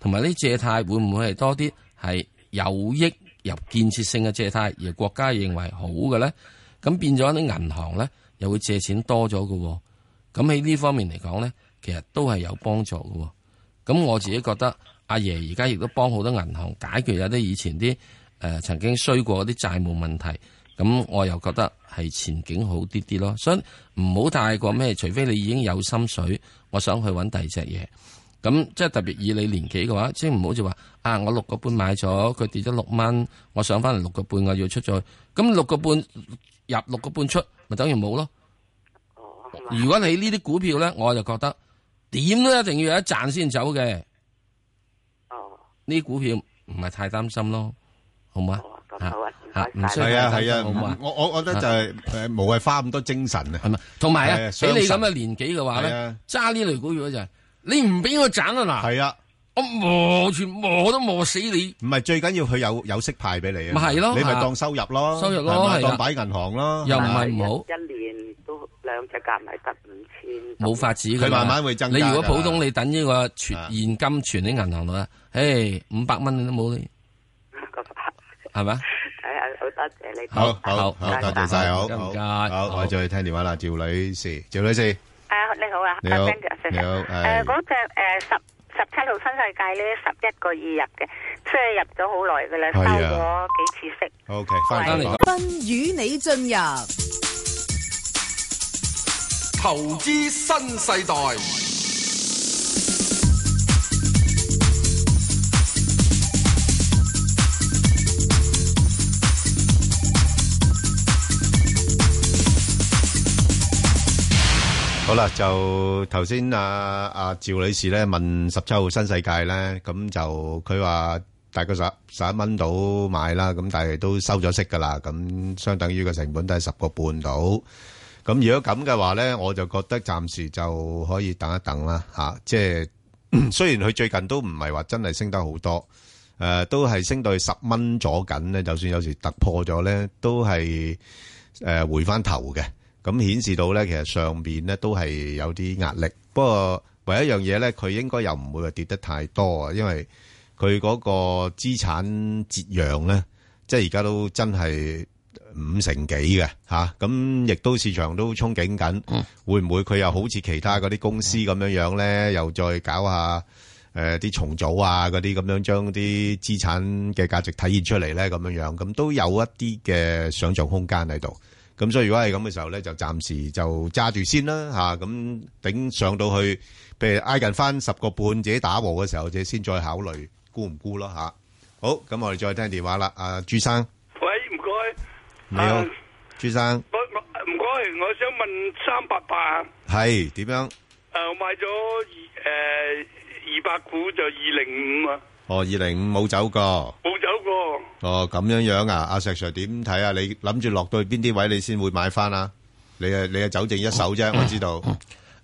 B: 同埋呢借貸會唔會係多啲係有益入建設性嘅借貸，而國家認為好嘅咧？咁變咗啲銀行咧又會借錢多咗嘅喎。咁喺呢方面嚟講咧，其實都係有幫助嘅喎。咁我自己覺得阿爺而家亦都幫好多銀行解決有啲以前啲誒、呃曾經衰過嗰啲債務問題，咁我又覺得係前景好啲啲咯。所以唔好太過咩，除非你已經有心水，我想去揾第二隻嘢。咁即係特別以你年紀嘅話，即係唔好就話啊，我六個半買咗，佢跌咗六蚊，我上翻嚟六個半，我要出咗去。咁六個半入六個半出，咪等於冇咯。
I: 哦，
B: 如果你呢啲股票咧，我就覺得點都一定要有一賺先走嘅。
I: 哦，
B: 呢股票唔係太擔心咯，好唔好
I: 好啊
B: 啊？
I: 咁好啊
J: 哦
B: 嚇
I: 唔該晒
B: 唔需
A: 係
B: 要
A: 啊
B: 太擔
A: 係
B: 心
A: 啊，
B: 好唔好啊？
A: 我我我覺得就係誒無謂花咁多精神啊。
B: 係咪？同埋
A: 係啊
B: 啊，
A: 傷
B: 喺你
A: 神
B: 咁嘅年紀嘅話咧
A: 係啊，
B: 揸呢類股票就係你唔俾我賺啊
A: 係啊，
B: 嗱，我磨全磨都磨死你。
A: 唔係最緊要佢有有息派俾你啊。
B: 咪係咯
A: 你咪
B: 嚇
A: 當收入咯，
B: 收入咯
A: 係咪
B: 係啦
A: 當擺銀行咯，
B: 又唔
A: 係咪
B: 係唔好
I: 一年都兩隻夾埋得五千，
B: 冇法子㗎
A: 佢
B: 嘛
A: 慢慢會增加
B: 你如果
A: 㗎
B: 普通你等呢個存
A: 啊
B: 現金存喺銀行度啊，誒五百蚊你都冇呢，
I: 咁
J: 啊
B: 係咪？啊
I: 睇下好多謝你。
A: 好好
B: 好
A: 好，多謝晒，好
B: 唔該
A: 好
B: 唔該
A: 好，
B: 好
A: 我再聽電話啦，趙女士，趙女士
K: 啊，你好啊，
A: 你
K: 阿
A: 好
K: Ben 姐，
A: 你好
K: 誒
A: 係
K: 嗰只誒十十七號新世界咧，十一個二入嘅，即係入咗好耐噶啦，收
A: 係
K: 咗
A: 啊
K: 幾次息。
A: ，OK，翻
B: 翻
A: 嚟
B: 嚟
A: 講
C: 賓與你進入
D: 投資新世代，
A: 好啦，就頭先啊啊趙女士咧問十七號新世界咧，咁就佢話大概十十一蚊到買啦，咁但係都收咗息噶啦，咁相等於個成本都係十個半到。咁如果咁嘅話咧，我就覺得暫時就可以等一等啦，吓、即係嗯雖然佢最近都唔係話真係升得好多，誒、都係升到去十蚊左緊咧，就算有時突破咗咧，都係誒、回翻頭嘅。咁顯示到咧，其實上邊咧都係有啲壓力。不過唯一一樣嘢咧，佢應該又唔會話跌得太多啊，因為佢嗰個資產折讓咧，即係而家都真係五成幾嘅嚇，咁、亦都市場都憧憬緊，會唔會佢又好似其他嗰啲公司咁樣樣咧，又再搞下誒啲、重組啊嗰啲咁樣，將啲資產嘅價值體現出嚟咧，咁樣樣咁都有一啲嘅想像空間喺度。咁所以如果係咁嘅時候咧，就暫時就揸住先啦嚇，咁、頂上到去，譬如挨近翻十個半自己打和嘅時候，自己先再考慮沽唔沽咯嚇。好，咁我哋再聽電話啦，阿、朱生，
L: 喂，唔該，
A: 你好，
L: 啊
A: 朱生，
L: 我我唔該，我想問三八八，誒、
A: 係點樣？
L: 我買咗二誒二百股就二零五啊，
A: 哦，二零五冇走過，哦
L: 冇走過，
A: 咁樣樣啊，阿石 Sir 點睇啊？你諗住落到去邊啲位你先會買翻啊？你啊你啊走剩一手啫，我知道。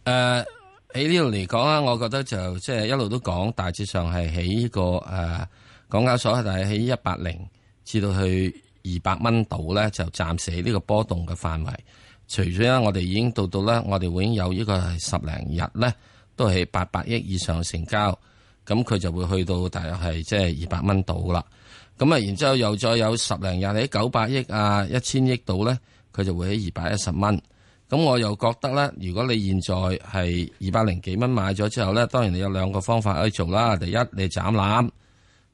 B: 诶呃喺呢度嚟講啦，我覺得就即係一路都講，大致上係喺呢個诶港交所，但係喺一百零至到去二百蚊度咧，就暫時喺呢個波動嘅範圍。除咗咧，我哋已經到到咧，我哋會已經有呢個係十零日咧，都係八百億以上成交，咁佢就會去到大約係即係二百蚊度啦。咁啊，然之後又再有十零日喺九百億啊、一千億度咧，佢就會喺二百一十蚊。咁我又覺得咧，如果你現在係二百零幾蚊買咗之後咧，當然你有兩個方法可以做啦。第一，你斬攬，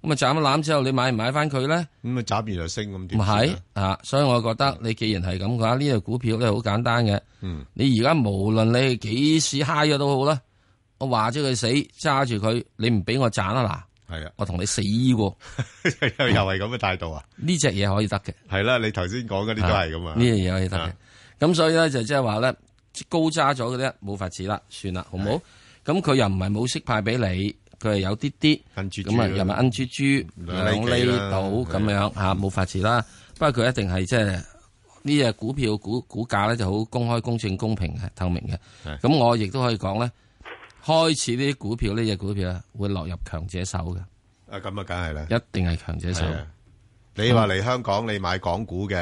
B: 咁啊斬咗攬之後，你買唔買翻佢咧？
A: 咁啊斬完就升咁
B: 唔係啊，所以我覺得你既然係咁嘅話，呢只股票咧好簡單嘅。
A: 嗯，
B: 你而家無論你幾時嗨咗都好啦，我話咗佢死，揸住佢，你唔俾我賺啊
A: 嗱，係啊，
B: 我同你死喎。
A: 又又係咁嘅態度啊？
B: 呢只嘢可以得嘅。
A: 係啦，你頭先講嗰啲都係咁啊。
B: 呢樣嘢可以得嘅。咁所以咧就即係話咧，高揸咗嘅咧冇法子啦，算啦，好唔好？咁佢又唔係冇息派俾你，佢係有啲啲，咁啊又咪恩豬豬兩
A: 兩
B: 厘
A: 厘幾啦
B: 到咁樣嚇，冇法子啦。不過佢一定係即係。呢只股票股股價咧就好公開、公正、公平嘅、透明嘅。
M: 係
B: 咁我亦都可以講咧，開始呢啲股票呢只股票啊，會落入強者手嘅。
A: 啊，咁啊，梗係啦，
B: 一定係強者手。
A: 係啊你話嚟香港你買港股嘅，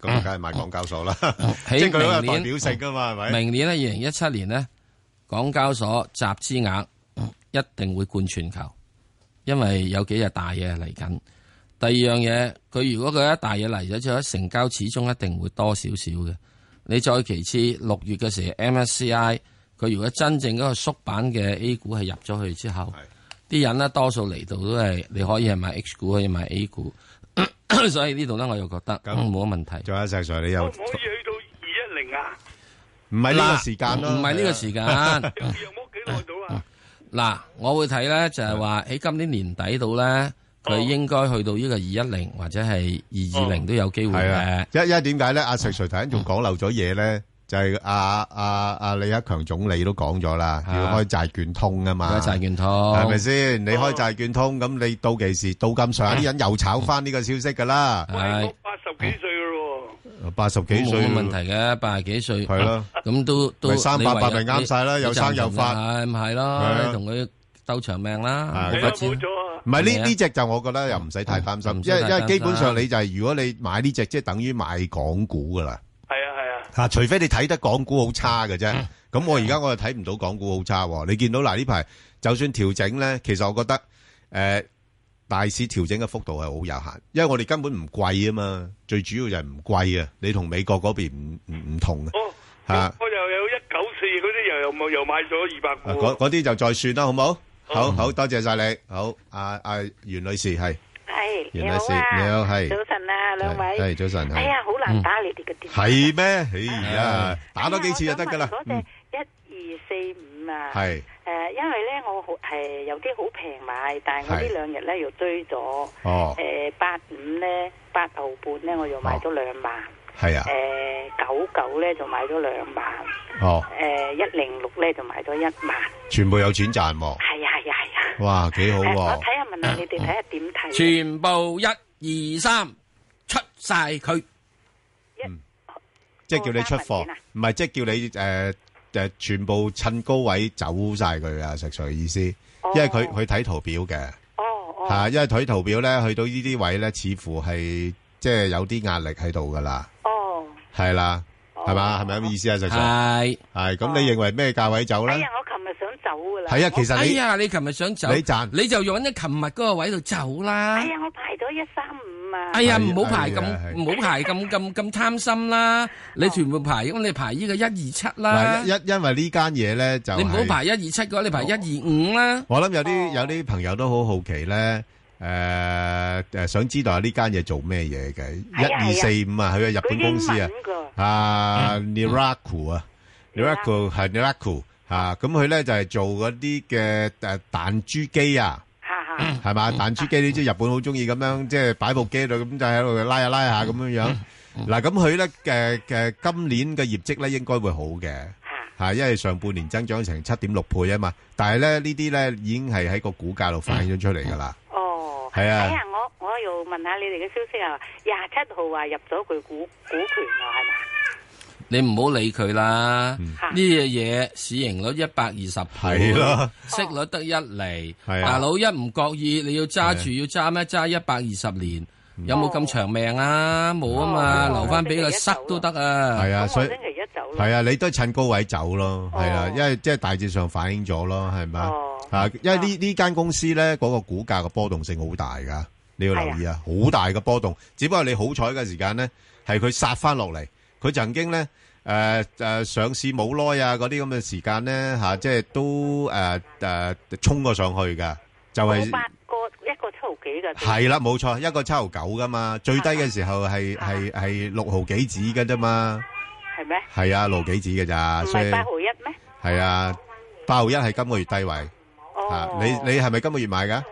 A: 咁啊梗係買港交所啦， 即係
B: 喺
A: 佢都有
B: 明
A: 代
B: 年
A: 表性噶嘛，係咪？
B: 明年咧，二零一七年呢，港交所集資額嗯一定會冠全球，因為有幾隻大嘢嚟緊。第二樣嘢，佢如果佢一大嘢嚟咗之後，成交始終一定會多少少嘅。你再其次，六月嘅時候 MSCI，佢如果真正嗰個縮版嘅 A 股係入咗去之後，啲人呢多數嚟到都係你可以係買 H 股，可以買 A 股， 所以呢度呢，我又覺得嗯冇乜問題。
A: 仲有石 Sir，你又
L: 可以去到二一零啊，
A: 唔係呢個時間咯，
B: 唔係呢個 時間。 嗱，我會睇咧，就係話喺今年年底度咧，
A: 哦
B: 佢應該去到呢個二一零或者係二二零都有機會
A: 係
B: 嘅。
A: 啊，因因為點解咧？阿石 Sir 頭先仲講漏咗嘢咧，就係阿阿阿李克強總理都講咗啦，要開債券通啊嘛，
B: 開債券通
A: 係咪先？你開債券通，咁你到期時到咁上下啲人又炒翻呢個消息噶啦，
B: 係
L: 八十幾歲咯
A: 八十幾歲
B: 冇問題嘅，八十幾歲啊
A: 係咯，
B: 咁都都
A: 咪三八八咪啱晒啦
B: 你
A: 又生又發
B: 係咪係
A: 係啊
B: 咯？你同佢鬥長命啦，
A: 係
B: 冇法子
A: 唔係呢
B: 係啊
A: 呢只就我覺得又唔使太擔心，
B: 唔使
A: 因為
B: 太
A: 因為
B: 擔
A: 基本上
B: 心
A: 你就係如果你買呢只，即係等於買港股噶啦。
L: 係啊係啊，
A: 吓，除非你睇得港股好差嘅啫。咁我而家我又睇唔到港股好差喎。你見到嗱呢排就算調整咧，其實我覺得诶、呃大市調整嘅幅度係好有限，因為我哋根本唔貴啊嘛。最主要就係唔貴啊，你同美國嗰邊唔唔唔同啊。吓、
L: 我又有一九四嗰啲又又冇又買咗二百股
A: 嗰嗰啲就再算啦，好冇？好好多謝晒你。好，阿阿袁女士係
J: 系
A: 袁
J: 你好
A: 女士，
J: 啊，
A: 你好係
J: 早晨啊，兩位，
A: 係早晨係嗯
J: 哎呀，好難打你哋嘅電話，哎
A: 係咩？哎呀，打多幾次就得㗎啦。
J: 嗰只一二四五啊，
A: 係
J: 誒，因為咧我好係有啲好平買，但係我呢
A: 係
J: 兩日咧又追咗，
A: 哦
J: 誒呃八五咧八毫半咧我又買咗兩萬，
A: 係啊，
J: 誒九九咧就買咗兩萬，
A: 哦，
J: 誒一零六咧就買咗一萬，
A: 全部有錢賺喎。
J: 係啊係啊係啊，
A: 哇，幾好
J: 誒我
A: 喎！嗯
J: 睇下咪問下你哋睇下點睇？
B: 全部一二三出晒佢，
A: 即係叫你出貨，唔係即係叫你诶诶，誒全部趁高位走晒佢啊！石 Sir 意思，因為佢佢睇圖表嘅，哦吓，因為睇圖表咧，去到呢啲位咧，似乎係即係有啲壓力喺度噶啦，
J: 哦，
A: 係啦，係嘛，係咪咁意思啊？石 Sir
B: 係
A: 係，咁你認為咩價位走
J: 哎
A: 咧？
J: 呀，我琴日想走噶啦。
A: 係啊其實你
B: 哎呀，你琴日想走，
A: 你賺
B: 你就用咗琴日嗰個位度走啦。
J: 哎呀，我排咗一三五啊。
B: 哎呀，唔好排咁，唔好排咁咁咁貪心啦！你全部排，咁你排呢個一二七啦
A: 啊嗱，，因因為呢間嘢咧就
B: 你唔好
A: 係
B: 排一二七嘅話，你排一二五啦。
A: 我諗有
J: 哦
A: 啲有啲朋友都好好奇咧，诶诶，想知道呢間嘢做咩嘢嘅？一
J: 係啊
A: 二四五啊，佢係日本公司啊
J: 佢英文㗎，嗯
A: 啊 Niraku 啊，Niraku 係 Niraku 啊，咁佢咧就係做嗰啲嘅诶彈珠機啊。係嘛？
J: 嗯
A: 彈珠機你知日本好中意咁樣，即係擺部機喺度咁就喺度拉下拉下咁樣
J: 嗯
A: 樣。嗱，咁佢咧嘅嘅今年嘅業績咧應該會好嘅，嚇，因為上半年增長成七點六倍啊嘛。但係咧呢啲咧已經係喺個股價度反映咗出嚟㗎啦。
J: 哦，
A: 係啊
J: 哎呀，我我又問下你哋嘅消息啊，廿七號話入咗佢股股權喎，係嘛？
B: 你唔好理佢啦。呢樣嘢市盈率一百二十倍，
A: 嗯係咯
B: 息率得一厘。
A: 係啊
B: 大佬一唔覺意，你要揸住要揸咩？揸一百二十年，
A: 嗯
B: 有冇咁長命啊？冇啊嘛，留翻俾佢塞都得啊。
A: 哦係啊，所以
J: 星期一走
A: 係啊，你都趁高位走咯，係啊，因為即係大致上反映咗咯，係咪啊？因為呢呢間公司咧嗰個股價嘅波動性好大㗎，你要留意啊，好大嘅波動。只不過你好彩嘅時間咧，係佢殺翻落嚟，佢曾經咧。誒誒、上市冇耐啊，嗰啲咁嘅時間咧嚇，即係都呃誒誒衝過上去㗎，就係、
J: 我八個一個七毫幾㗎。
A: 係啦，冇錯，一個七毫九噶嘛，最低嘅時候係係係六毫幾子嘅啫嘛，
J: 係咩？
A: 係啊，六毫幾子嘅咋，
J: 唔
A: 所以
J: 係八毫一咩？
A: 係啊，八毫一係今個月低位，
J: 哦
A: 啊，你你係咪今個月買㗎？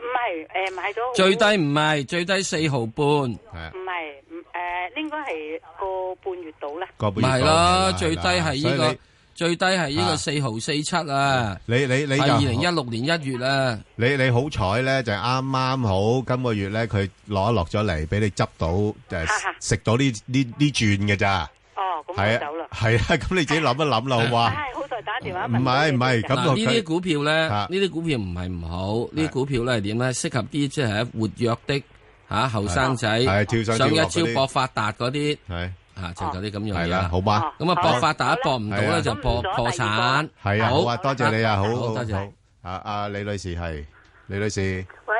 J: 唔係誒買咗
B: 最低唔係，最低四毫半。
A: 啊
J: 唔係唔誒，應該係個半月到啦。
A: 個半
B: 咪
A: 月
B: 係
A: 到係
B: 咯，
A: 啦
B: 最低係呢
A: 所以
B: 個
A: 你
B: 最低係呢
A: 啊
B: 個四毫四七啊。
A: 你你你
B: 係
A: 就
B: 二零一六年一月啊。
A: 你你好彩咧，就啱啱好今個月咧，佢落一落咗嚟，俾你執到誒食到呢呢呢轉嘅咋，
J: 哦，咁
A: 係
J: 我
A: 啊
J: 走啦。，
A: 係啊，咁你自己諗一諗啦，好啊嘛？
J: 唉，好在打電話
A: 唔係唔係咁
B: 嗱
A: 就
B: 呢
A: 佢
B: 啲股票咧，
A: 啊
B: 呢啲股票唔係唔好，呢啲股票咧係點咧？適合啲即係活躍的嚇後
A: 係
B: 生仔，
A: 跳上跳落
B: 上一
A: 嗰啲
B: 招博發達嗰啲，
A: 係
B: 嚇就嗰啲咁樣
A: 係
B: 嘢
A: 啦好
J: 哦
A: 吧
B: 咁
A: 好
B: 啊，博發達博唔到
A: 係啊
B: 咧就破破產。
A: 係啊，好啊，多謝你啊，好好
B: 多謝。
A: 好啊啊，李女士係，李女士
K: 喂，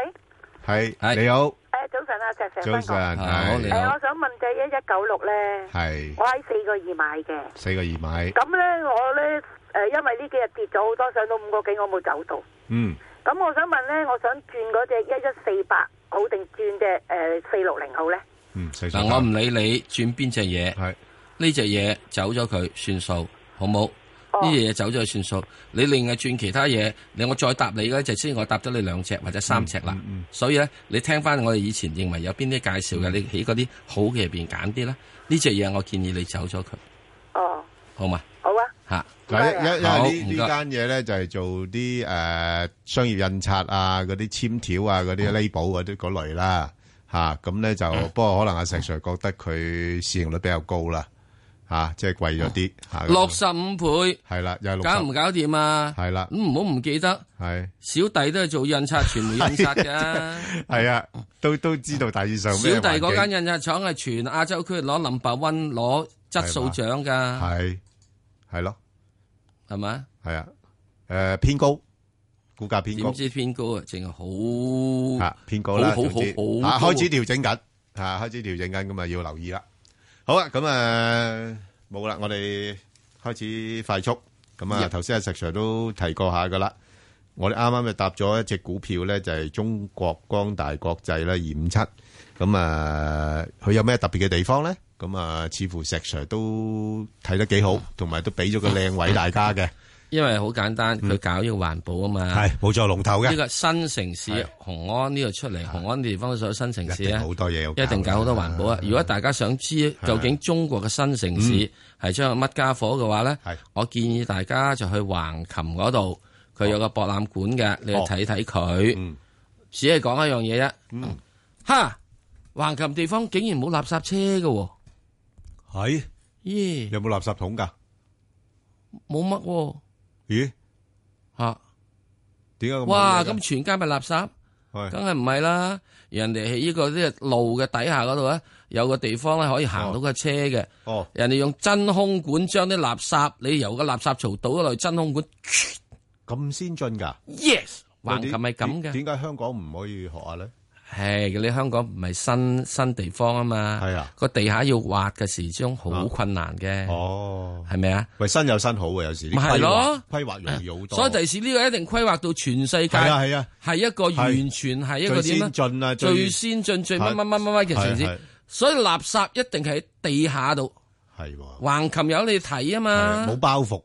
A: 係，你好，
K: 诶，早晨啊，石 Sir，
A: 早晨，係
K: 诶，我想問嘅一一九六咧，
A: 係
K: 我喺四個二買嘅，
A: 四個二買，
K: 咁咧我咧诶，因為呢幾日跌咗好多，上到五個幾我冇走到，
A: 嗯，
K: 咁我想問咧，我想轉嗰只一一四八好定轉只诶四六零好咧？
B: 嗱，我唔理你轉邊隻嘢，呢隻嘢走咗佢算數，好冇？呢隻嘢走咗佢算數，你另外轉其他嘢，你我再答你咧，就先我答咗你兩隻或者三隻
A: 嗯
B: 啦。所以咧，你聽翻我哋以前認為有邊啲介紹
A: 嗯
B: 嘅，你喺嗰啲好嘅入邊揀啲啦。呢隻嘢我建議你走咗佢，
K: 哦，
B: 好嘛？
K: 好啊，
B: 嚇，
A: 嗱，因因
B: 好
A: 因
B: 唔
A: 為呢
B: 該
A: 呢間嘢咧就係做啲誒商業印刷啊、嗰啲簽條啊、嗰啲 label 嗰啲嗰類啦，嚇咁咧就不過可能阿石 Sir 覺得佢市盈率比較高啦，嚇即係貴咗啲嚇，
B: 六十五倍，
A: 係啦，又係六
B: 搞唔
A: 十，
B: 搞掂啊？
A: 係啦，
B: 咁唔好唔記得，
A: 係
B: 小弟都係做印刷傳媒印刷㗎。
A: 係啊，都都知道大致上
B: 小
A: 咩
B: 弟嗰
A: 環
B: 間印刷廠係全亞洲區攞 number one 攞質素獎
A: 境
B: 㗎，
A: 係係咯，
B: 係咪？
A: 係啊，誒偏高，股價偏高
B: 點。知偏高啊？淨係好
A: 啊，偏高啦，
B: 好好
A: 總之
B: 好
A: 啊
B: 好高啊
A: 開始調整緊，啊，開始調整緊，咁啊要留意啦。好啊，咁啊冇啦，我哋開始快速。咁啊，
B: Yep
A: 頭先阿石 Sir 都提過下噶啦，我哋啱啱就搭咗一隻股票咧，就係中國光大國際啦，二五七。咁啊，佢有咩特別嘅地方咧？咁啊，似乎石 Sir 都睇得幾好，同埋都俾咗個靚位大家嘅。
B: 因為好簡單，佢搞呢個環保啊嘛。
A: 係冇錯，龍頭嘅
B: 呢個新城市
A: 係
B: 紅安呢度出嚟，紅安地方所有新城市
A: 一定
B: 啊，
A: 好多嘢要搞
B: 一定搞好多環保啊！如果大家想知啊究竟中國嘅新城市係將乜家伙嘅話咧，我建議大哦嗯家就去橫琴嗰度，佢有個博覽館嘅，你去睇睇佢。只係講一樣嘢啫。哈，橫琴地方竟然冇垃圾車嘅喎，
A: 係
B: 咦？
A: 有冇垃圾桶㗎？
B: 冇乜喎。
A: 咦？
B: 吓？
A: 點解咁？
B: 哇！咁全街咪垃圾，
A: 係
B: 梗係唔係啦？人哋喺呢個呢個路嘅底下嗰度咧，啊有個地方咧可以行到架車嘅。
A: 哦，
B: 人哋用真空管將啲垃圾，你由個垃圾槽倒咗落去真空管。
A: 咁先進㗎
B: ？Yes，橫琴係咁
A: 嘅。
B: 嘅。
A: 點解香港唔可以學下咧？
B: 係你香港唔係新新地方啊嘛，
A: 係啊，
B: 個地下要挖嘅時鐘好困難嘅。
A: 哦，
B: 係咪啊？
A: 喂，新有新好啊，有時啲
B: 咪係咯
A: 規劃，規劃容易好多。
B: 所以第時呢個一定規劃到全世界，
A: 哦係啊係啊，
B: 係一個完全係一個點
A: 最
B: 咧
A: 先進啊最
B: 最先進、最乜乜乜乜乜嘅城
A: 係係
B: 市。所以垃圾一定係喺地下度，
A: 係
B: 橫琴有你睇啊嘛，
A: 冇包袱。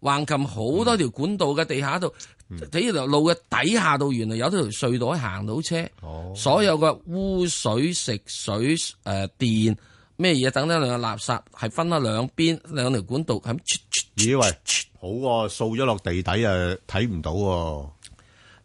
B: 橫琴好多條管道嘅地下度，
A: 嗯
B: 喺條路嘅底下度，原來有條隧道可以行到車。
A: 哦
B: 所有嘅污水、食水、誒、電咩嘢等等兩個垃圾係分咗兩邊兩條管道咁。
A: 咦喂，好喎，掃咗落地底啊，睇唔到喎。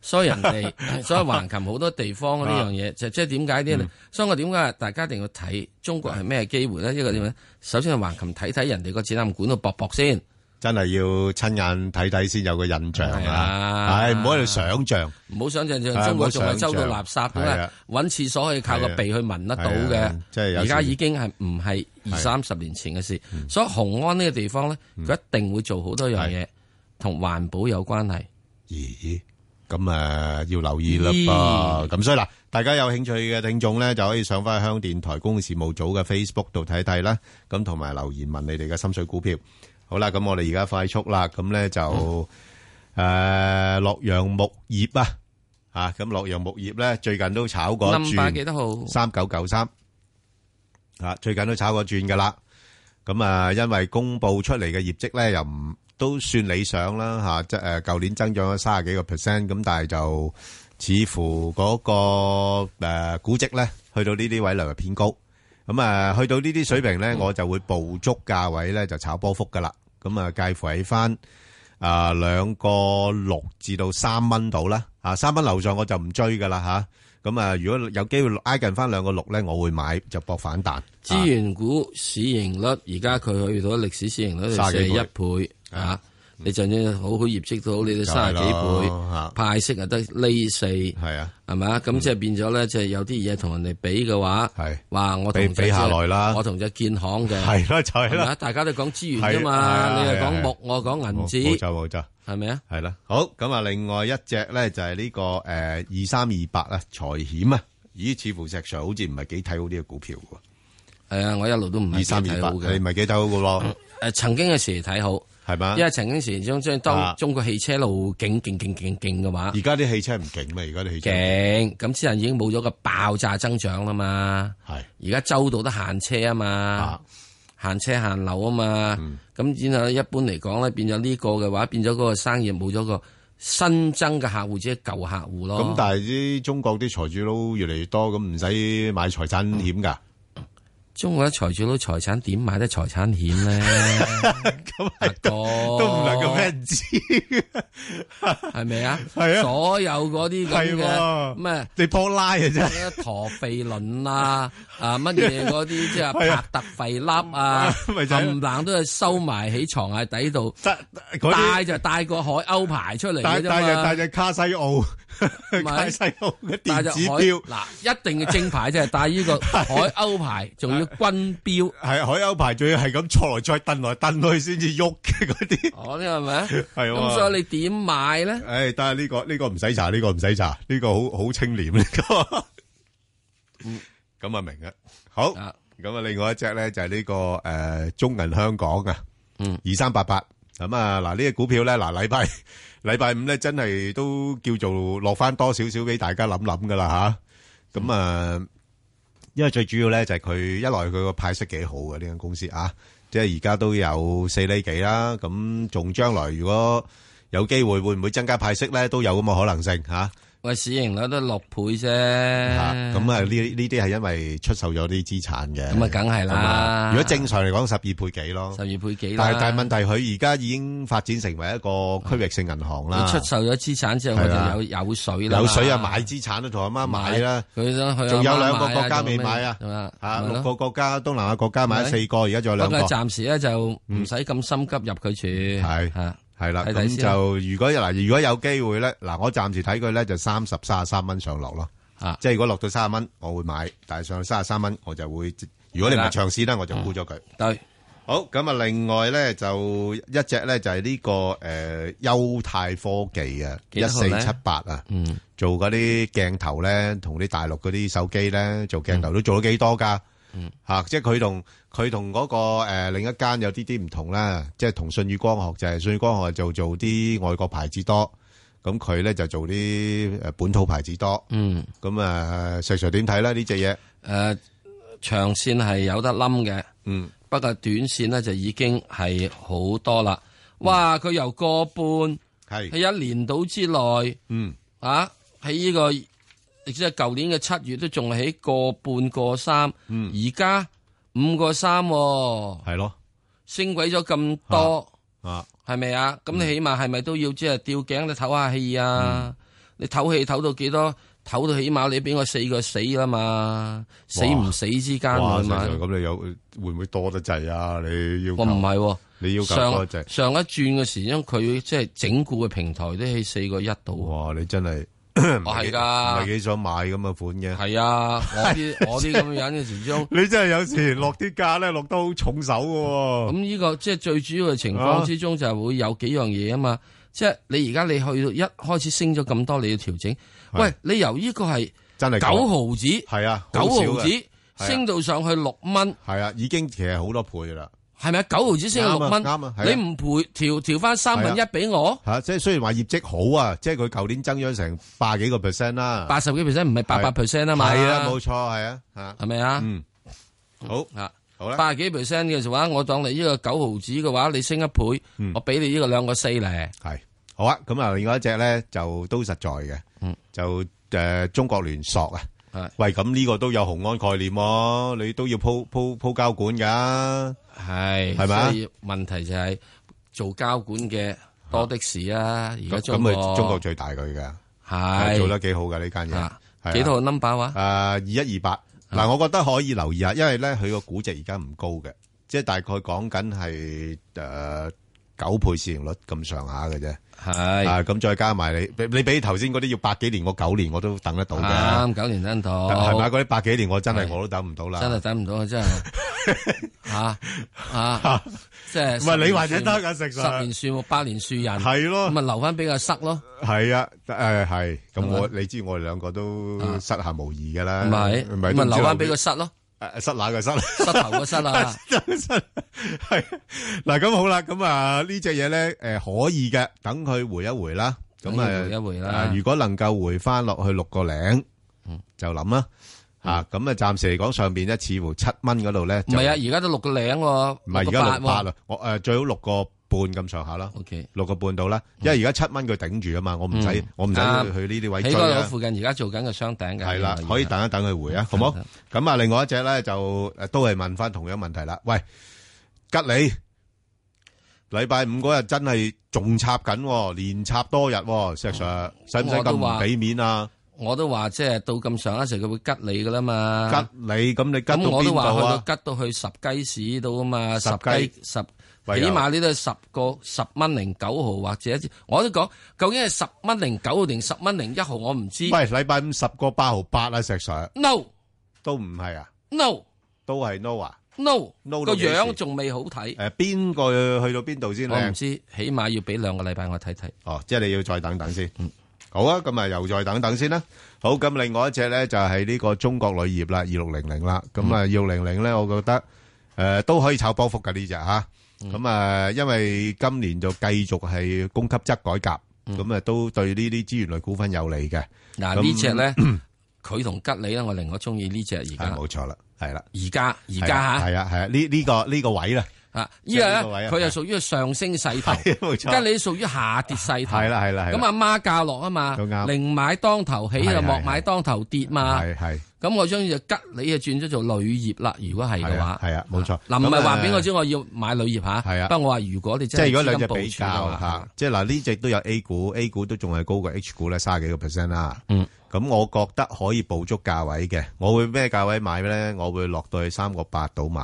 B: 所以 人哋，所以橫琴好多地方呢樣
A: 啊
B: 嘢，就即係點解啲
A: 嗯
B: 人？所以我點解大家一定要睇中國係咩機會咧？一個點咧？首先係橫琴睇睇人哋個展覽館度搏搏先，
A: 真係要親眼睇睇先有個印象
B: 係
A: 啊！
B: 啊
A: 唉，唔好喺度想像。
B: 唔好想象
A: 係啊
B: 中國仲係周到
A: 唔好
B: 垃
A: 想像
B: 圾咁
A: 係啊啊
B: 啊！揾廁所可以靠個鼻去聞得到
A: 係啊
B: 嘅，
A: 即係有時嗯
B: 而家已經係唔係二三十年前嘅事。所以雄安呢個地方咧，佢一定會做好多樣嘢，同環保有關係。
A: 咦，咁啊要留意啦噃。咁所以嗱，大家有興趣嘅聽眾咧，就可以上翻香港電台公共事務組嘅 Facebook 度睇睇啦。咁同埋留言問你哋嘅心水股票。好啦，咁我哋而家快速啦，咁咧就誒洛陽木業啊，啊咁洛陽木業咧最近都炒過一轉
B: number 幾多號？
A: 三九九三啊，最近都炒過轉噶啦。咁啊，因為公布出嚟嘅業績咧，又唔都算理想啦吓，即係誒舊年增長咗三十幾個 percent，咁但係就似乎嗰、個誒估值咧，去到呢啲位略為偏高。咁啊，去到呢啲水平咧，
B: 嗯
A: 我就會捕捉價位咧，就炒波幅噶啦。咁啊，介乎喺翻啊兩個六至到三蚊度啦。啊，三蚊樓上我就唔追噶啦吓。咁啊，如果有機會挨近翻兩個六咧，我會買就搏反彈。啊
B: 資源股市盈率而家佢去到歷史市盈率四十一倍啊！你就算好好業績都好，你都三十幾
A: 就係咯
B: 倍，派息啊得呢四，
A: 係啊，
B: 係咪啊？咁即係變咗咧，即係有啲嘢同人哋比嘅話，
A: 係
B: 哇！我同
A: 比比下來啦
B: 我同隻建行嘅
A: 係啦就係啦
B: 咪啊大家都講資源啫
A: 係啊
B: 嘛，你又
A: 係啊
B: 講木，我講銀
A: 冇
B: 紙，
A: 錯冇錯，
B: 係咪啊？
A: 係啦，好咁啊，另外一隻咧就係呢、個誒二三二八啊，財險啊，咦，似乎石 Sir 好似唔係幾睇好呢個股票喎。
B: 係啊，我一路都唔係
A: 二三
B: 幾
A: 二
B: 睇
A: 八，
B: 好嘅
A: 你唔係幾睇好嘅喎。
B: 誒曾經嘅時睇好，
A: 係嘛？
B: 因為曾經時將將
A: 啊
B: 當中國汽車路勁勁勁勁勁嘅話，
A: 而家啲汽車唔勁嘛，而家啲汽車
B: 勁，咁之前已經冇咗個爆炸增長啦嘛。
A: 係
B: 而家周到都限車啊嘛，限車限樓啊
A: 嗯
B: 嘛。咁然後一般嚟講咧，變咗呢個嘅話，變咗嗰個生意冇咗個新增嘅客戶，即係舊客戶咯。
A: 咁但係啲中國啲財主佬越嚟越多，咁唔使買財產險 㗎。
B: 中國啲財主佬財產點買得財產險咧？咁係 都
A: 都唔能夠俾人知，
B: 哦係咪啊？
A: 係啊
B: 所有嗰啲咁
A: 係喎
B: 嘅咩？
A: 你幫拉啊真係
B: 陀肥 輪啊，啊乜嘢嗰啲即係
A: 係啊
B: 帕特費粒啊，
A: 咪就係咯
B: 冚唪唥都係收埋喺床下底度，
A: 嗰啲
B: 帶就帶個海鷗牌出嚟
A: 但係
B: 嘅啫
A: 但係
B: 嘛
A: 但。係卡西澳，
B: 咪
A: 卡西澳嘅
B: 帶
A: 電
B: 隻
A: 子
B: 海
A: 錶
B: 嗱，一定嘅正牌就係帶呢個海鷗牌，仲要軍標。
A: 係海鷗牌，仲要係咁坐來再蹬來蹬去先至喐嘅嗰啲。
B: 我呢係咪啊？
A: 係喎
B: 咁所以你點買咧？
A: 唉，但係呢個呢個唔使查，呢個唔使查，呢個好好清廉呢個。咁啊明啊，好。咁啊，另外一隻咧就係呢個诶中銀香港啊，
B: 嗯，
A: 二三八八。咁啊，嗱呢只股票咧，嗱禮拜 禮拜五咧，真係都叫做落翻多少少俾大家諗諗噶啦吓。咁啊。因為最主要咧就係佢一來佢個派息幾好嘅呢間公司啊，即係而家都有四厘幾啦，咁仲將來如果有機會會唔會增加派息咧，都有咁嘅可能性嚇。
B: 喂，市盈率都六倍啫，
A: 咁啊，呢呢啲係因為出售咗啲資產嘅，
B: 咁啊梗係啦
A: 咁啊如果正常嚟講，十二倍幾咯，
B: 十二倍幾啦
A: 但係但係問題，佢而家已經發展成為一個區域性銀行啦。
B: 佢出售咗資產之後，佢
A: 係啊
B: 就有有水啦，
A: 有水啊，買資產都同阿媽買啦。
B: 佢想去阿媽
A: 仲有兩個
B: 買啊
A: 國家未買啊
B: 咁樣，
A: 嚇
B: 咪咯
A: 六個國家東南亞國家買咗
B: 係咪
A: 四個，而家仲有兩個嗯
B: 不過暫時咧就唔使咁心急入佢住，
A: 係係啦。
B: 睇睇
A: 咁
B: 先啦
A: 就如果嗱，如果有機會咧，嗱，我暫時睇佢咧就三十三十三蚊上落咯。即係如果落到三十蚊，我會買；但係上到三十三蚊，我就會。如果你唔
B: 係
A: 係
B: 啦
A: 長線咧，我就沽咗佢。
B: 對，
A: 好咁啊！另外咧就一隻咧就係呢個誒優泰科技啊，
B: 幾
A: 一
B: 多號
A: 四
B: 呢
A: 七八啊。
B: 嗯，
A: 做嗰啲鏡頭咧，同啲大陸嗰啲手機咧做鏡頭都做咗幾多㗎？
B: 嗯
A: 嚇，即係佢同佢同嗰個誒另一間有啲啲唔同啦，即係同信宇光學就係信宇光學就做啲外國牌子多，咁佢咧就做啲誒本土牌子多。
B: 嗯，
A: 咁啊，石 Sir 點睇咧呢只嘢？
B: 誒長線係有得冧嘅，
A: 嗯，
B: 不過短線咧就已經係好多啦。哇！佢由個半
A: 嗯係
B: 喺一年到之內，
A: 嗯
B: 啊，喺呢、個即係舊年嘅七月都仲係喺個半個三，
A: 嗯
B: 而家五個三喎，
A: 係咯，
B: 升鬼咗咁多。
A: 啊，嗯
B: 係咪啊？咁你起碼係咪都要即係吊頸你唞下氣啊？你唞氣唞到幾多？唞到起碼你俾我四個死啦嘛，死唔死之間
A: 哇
B: 啊
A: 石
B: 嘛。
A: Sir，咁你有會唔會多得滯啊？你要求
B: 我唔係喎，
A: 你要求多
B: 上
A: 得滯。
B: 上一轉嘅時，因為佢即係整固嘅平台都喺四個一度。
A: 哇！你真係
B: 我係
A: 唔係
B: 㗎，
A: 幾想買咁嘅款嘅。
B: 係啊，我 啲我啲咁樣嘅時鐘。
A: 你真係有時落啲價咧，落得好重手嘅。
B: 咁呢個即係最主要嘅情況之中，就係會有幾樣嘢啊嘛。即係你而家你去到一開始升咗咁多，你要調整。喂，你由呢個係
A: 真係
B: 九毫子，
A: 係啊，
B: 九
A: 好少
B: 毫
A: 嘅
B: 子升到上去六蚊，
A: 係啊，已經其實好多倍噶啦。
B: 係咪啊？九毫子升到
A: 啱
B: 六
A: 啊
B: 蚊，
A: 啱啊係啊
B: 你唔賠調調翻三分
A: 係
B: 一
A: 啊
B: 俾我，
A: 吓，即係雖然話業績好啊，即係佢舊年增長成百幾個 percent 啦，
B: 八十幾 percent 唔係八百 percent 啊嘛，
A: 係啊，冇錯，係啊，吓，
B: 係咪啊？
A: 嗯，好
B: 啊，
A: 好啦，
B: 八十幾 percent 嘅話，我當你呢個九毫子嘅話，你升一倍，我俾你呢個兩個四咧，
A: 係好啊。咁啊，另外一隻咧就都實在嘅，就誒中國聯塑啊。喂，咁呢個都有雄安概念喎，你都要鋪鋪鋪交管噶，
B: 係
A: 係咪啊
B: 所以問題就係做交管嘅多的士啊，而家
A: 咁
B: 中
A: 咁
B: 國
A: 佢中國最大佢噶，
B: 係
A: 做得幾好噶呢間嘢
B: 啊，
A: 係啊
B: 幾多個 number 話？
A: 誒二一二八嗱，我覺得可以留意下，因為咧佢個估值而家唔高嘅，即係大概講緊係誒九倍市盈率咁上下嘅啫。
B: 係
A: 啊，咁再加埋你，你你比頭先嗰啲要百幾年，我九年我都等得到嘅。
B: 啱九年等到，
A: 係咪？嗰啲百幾年我真係
B: 係
A: 我都等唔到啦。
B: 真係等唔到啊！真係嚇嚇，即係
A: 唔係你話
B: 者
A: 者得㗎食
B: 十
A: 實
B: 年樹木，百年樹 人，
A: 係咯，
B: 咁啊留翻俾佢塞咯。
A: 係啊，誒係。咁我
B: 係
A: 你知我哋兩個都失下無疑㗎啦。
B: 唔係
A: 咪
B: 咁啊留返俾個 塞咯。
A: 誒塞 哪個塞？
B: 塞頭 個塞啊
A: 嗱，咁好啦，咁啊呢只嘢咧，诶可以嘅，等佢回一回啦。咁
B: 等佢
A: 啊，
B: 回一回啦
A: 啊如果能夠回翻落去六個零，就諗啦。吓，咁啊，暫時嚟講，上边咧似乎七蚊嗰度咧，
B: 唔係啊，而家都六個零喎，
A: 唔係而
B: 個
A: 家
B: 八
A: 六八
B: 喎
A: 啦，，我诶最好六個半咁上下啦。
B: OK，
A: 六個半到啦，因為而家七蚊佢頂住啊嘛，我唔使
B: 嗯
A: 我唔使
B: 啱
A: 去呢啲位
B: 喺
A: 追
B: 嗰度
A: 啊。
B: 附近而家做緊個雙頂嘅，
A: 系啦
B: 原，來
A: 可以等一等佢回啊，好冇？咁啊，另外一隻咧就誒都係問翻同樣問題啦。喂，吉利禮拜五嗰日真係仲插緊喎，連插多日喎，石 Sir 使唔使
B: 我都
A: 咁唔
B: 話
A: 俾面啊？
B: 我都話即係到咁上一時佢會吉你噶啦嘛。
A: 吉利咁你吉到
B: 咁我都
A: 邊
B: 話
A: 度啊
B: 去？到吉到去十雞市度啊嘛，
A: 十
B: 十
A: 雞
B: 雞十，
A: 喂
B: 起碼呢都係十個十蚊零九毫或者一支，我都講究竟係十蚊零九毫定十蚊零一毫，我唔知。
A: 喂，禮拜五十個八毫八啊，石 Sir
B: ，no
A: 都唔係啊，
B: no
A: 都係 no 啊？
B: no，
A: no
B: 個
A: 到幾時
B: 樣仲未好睇，
A: 誒，邊個去到邊度先
B: 我唔
A: 靚？
B: 知，起碼要俾兩個禮拜我睇睇。
A: 哦，即係你要再等等先。好啊，咁啊又再等等先啦。好，咁另外一隻咧就係呢個中國鋁業啦，二六零零啦。咁啊，二六零零咧，我覺得诶都可以炒波幅㗎呢只吓。咁啊，因為今年就繼續係供給側改革，咁啊都對呢啲資源類股份有利嘅。
B: 嗱
A: 咁
B: 呢隻咧， 佢同吉利咧，我另外中意呢隻而
A: 係
B: 家
A: 冇錯啦，係啦，
B: 而家而家吓
A: 係啊係啊，呢呢個呢個位啦，
B: 啊，依
A: 即
B: 家
A: 係呢個位
B: 咧
A: 啊
B: 佢又屬於上升 勢頭，
A: 冇錯
B: 跟你屬於下跌勢頭。
A: 係啦係啦係啦
B: 咁啊，媽價落啊嘛，寧買當頭起
A: 係
B: 啊，
A: 係
B: 莫買當頭跌嘛。
A: 係係。
B: 咁我將就吉你啊轉咗做鋁業啦。如果係嘅話，
A: 係啊，冇錯。
B: 嗱唔係話俾我
A: 咁啊
B: 知我要買鋁業嚇。
A: 係啊
B: 不過我話如果你
A: 即
B: 真係
A: 係如果兩
B: 兩
A: 隻比較嚇，即係嗱呢只都有 A 股，A 股都仲係高過 H 股咧，卅幾個 percent 啦。
B: 嗯，
A: 咁我覺得可以捕捉價位嘅，我會咩價位買咧？我會落到去三個八度買。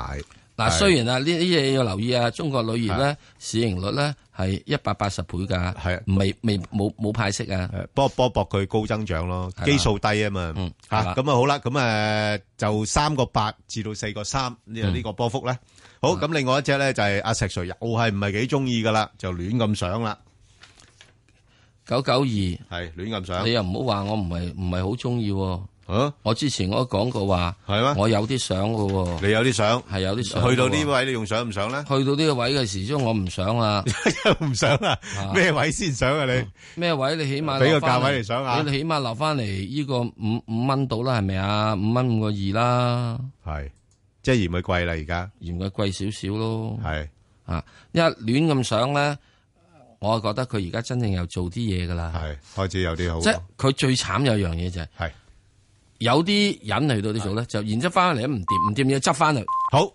B: 嗱，
A: 係
B: 雖然啊呢呢嘢要留意啊，中國鋁業
A: 係
B: 咧市盈率咧係一百八十倍㗎，
A: 係
B: 未未冇冇派息啊。
A: 波波搏佢高增長咯，
B: 係啦
A: 基數低啊嘛。嗯，
B: 係啦
A: 嚇咁啊好啦，咁誒就三個八至到四個三呢
B: 嗯
A: 呢個波幅咧。好，咁另外一隻咧就係阿石 Sir 又係唔係幾中意噶啦，就亂咁上啦。
B: 九九二係
A: 亂咁上，
B: 你又唔好話我唔係唔係好中意喎。我之前我都講過話，
A: 係咩
B: 我有啲想嘅喎。
A: 你有啲想
B: 係有啲想。
A: 啊去到呢，位你仲想唔想咧？
B: 去到呢個位嘅時鐘，我唔想 啦。
A: 又唔想啦，咩位先想啊
B: 嗯
A: 你？
B: 咩位你起碼
A: 俾個
B: 留返
A: 價位嚟想下
B: 你起碼留翻嚟呢個五五蚊到啦，係咪啊？五蚊五個二啦。
A: 係，即係嫌佢貴啦，而家
B: 嫌佢貴少少咯。
A: 係
B: 啊，一亂咁想咧，我覺得佢而家真正又做啲嘢噶啦。
A: 係開始有啲好
B: 即係佢最慘有樣嘢就係、
A: 係
B: 有啲人嚟到呢度咧，就然之後翻嚟唔掂，唔掂要執翻嚟。
A: 好。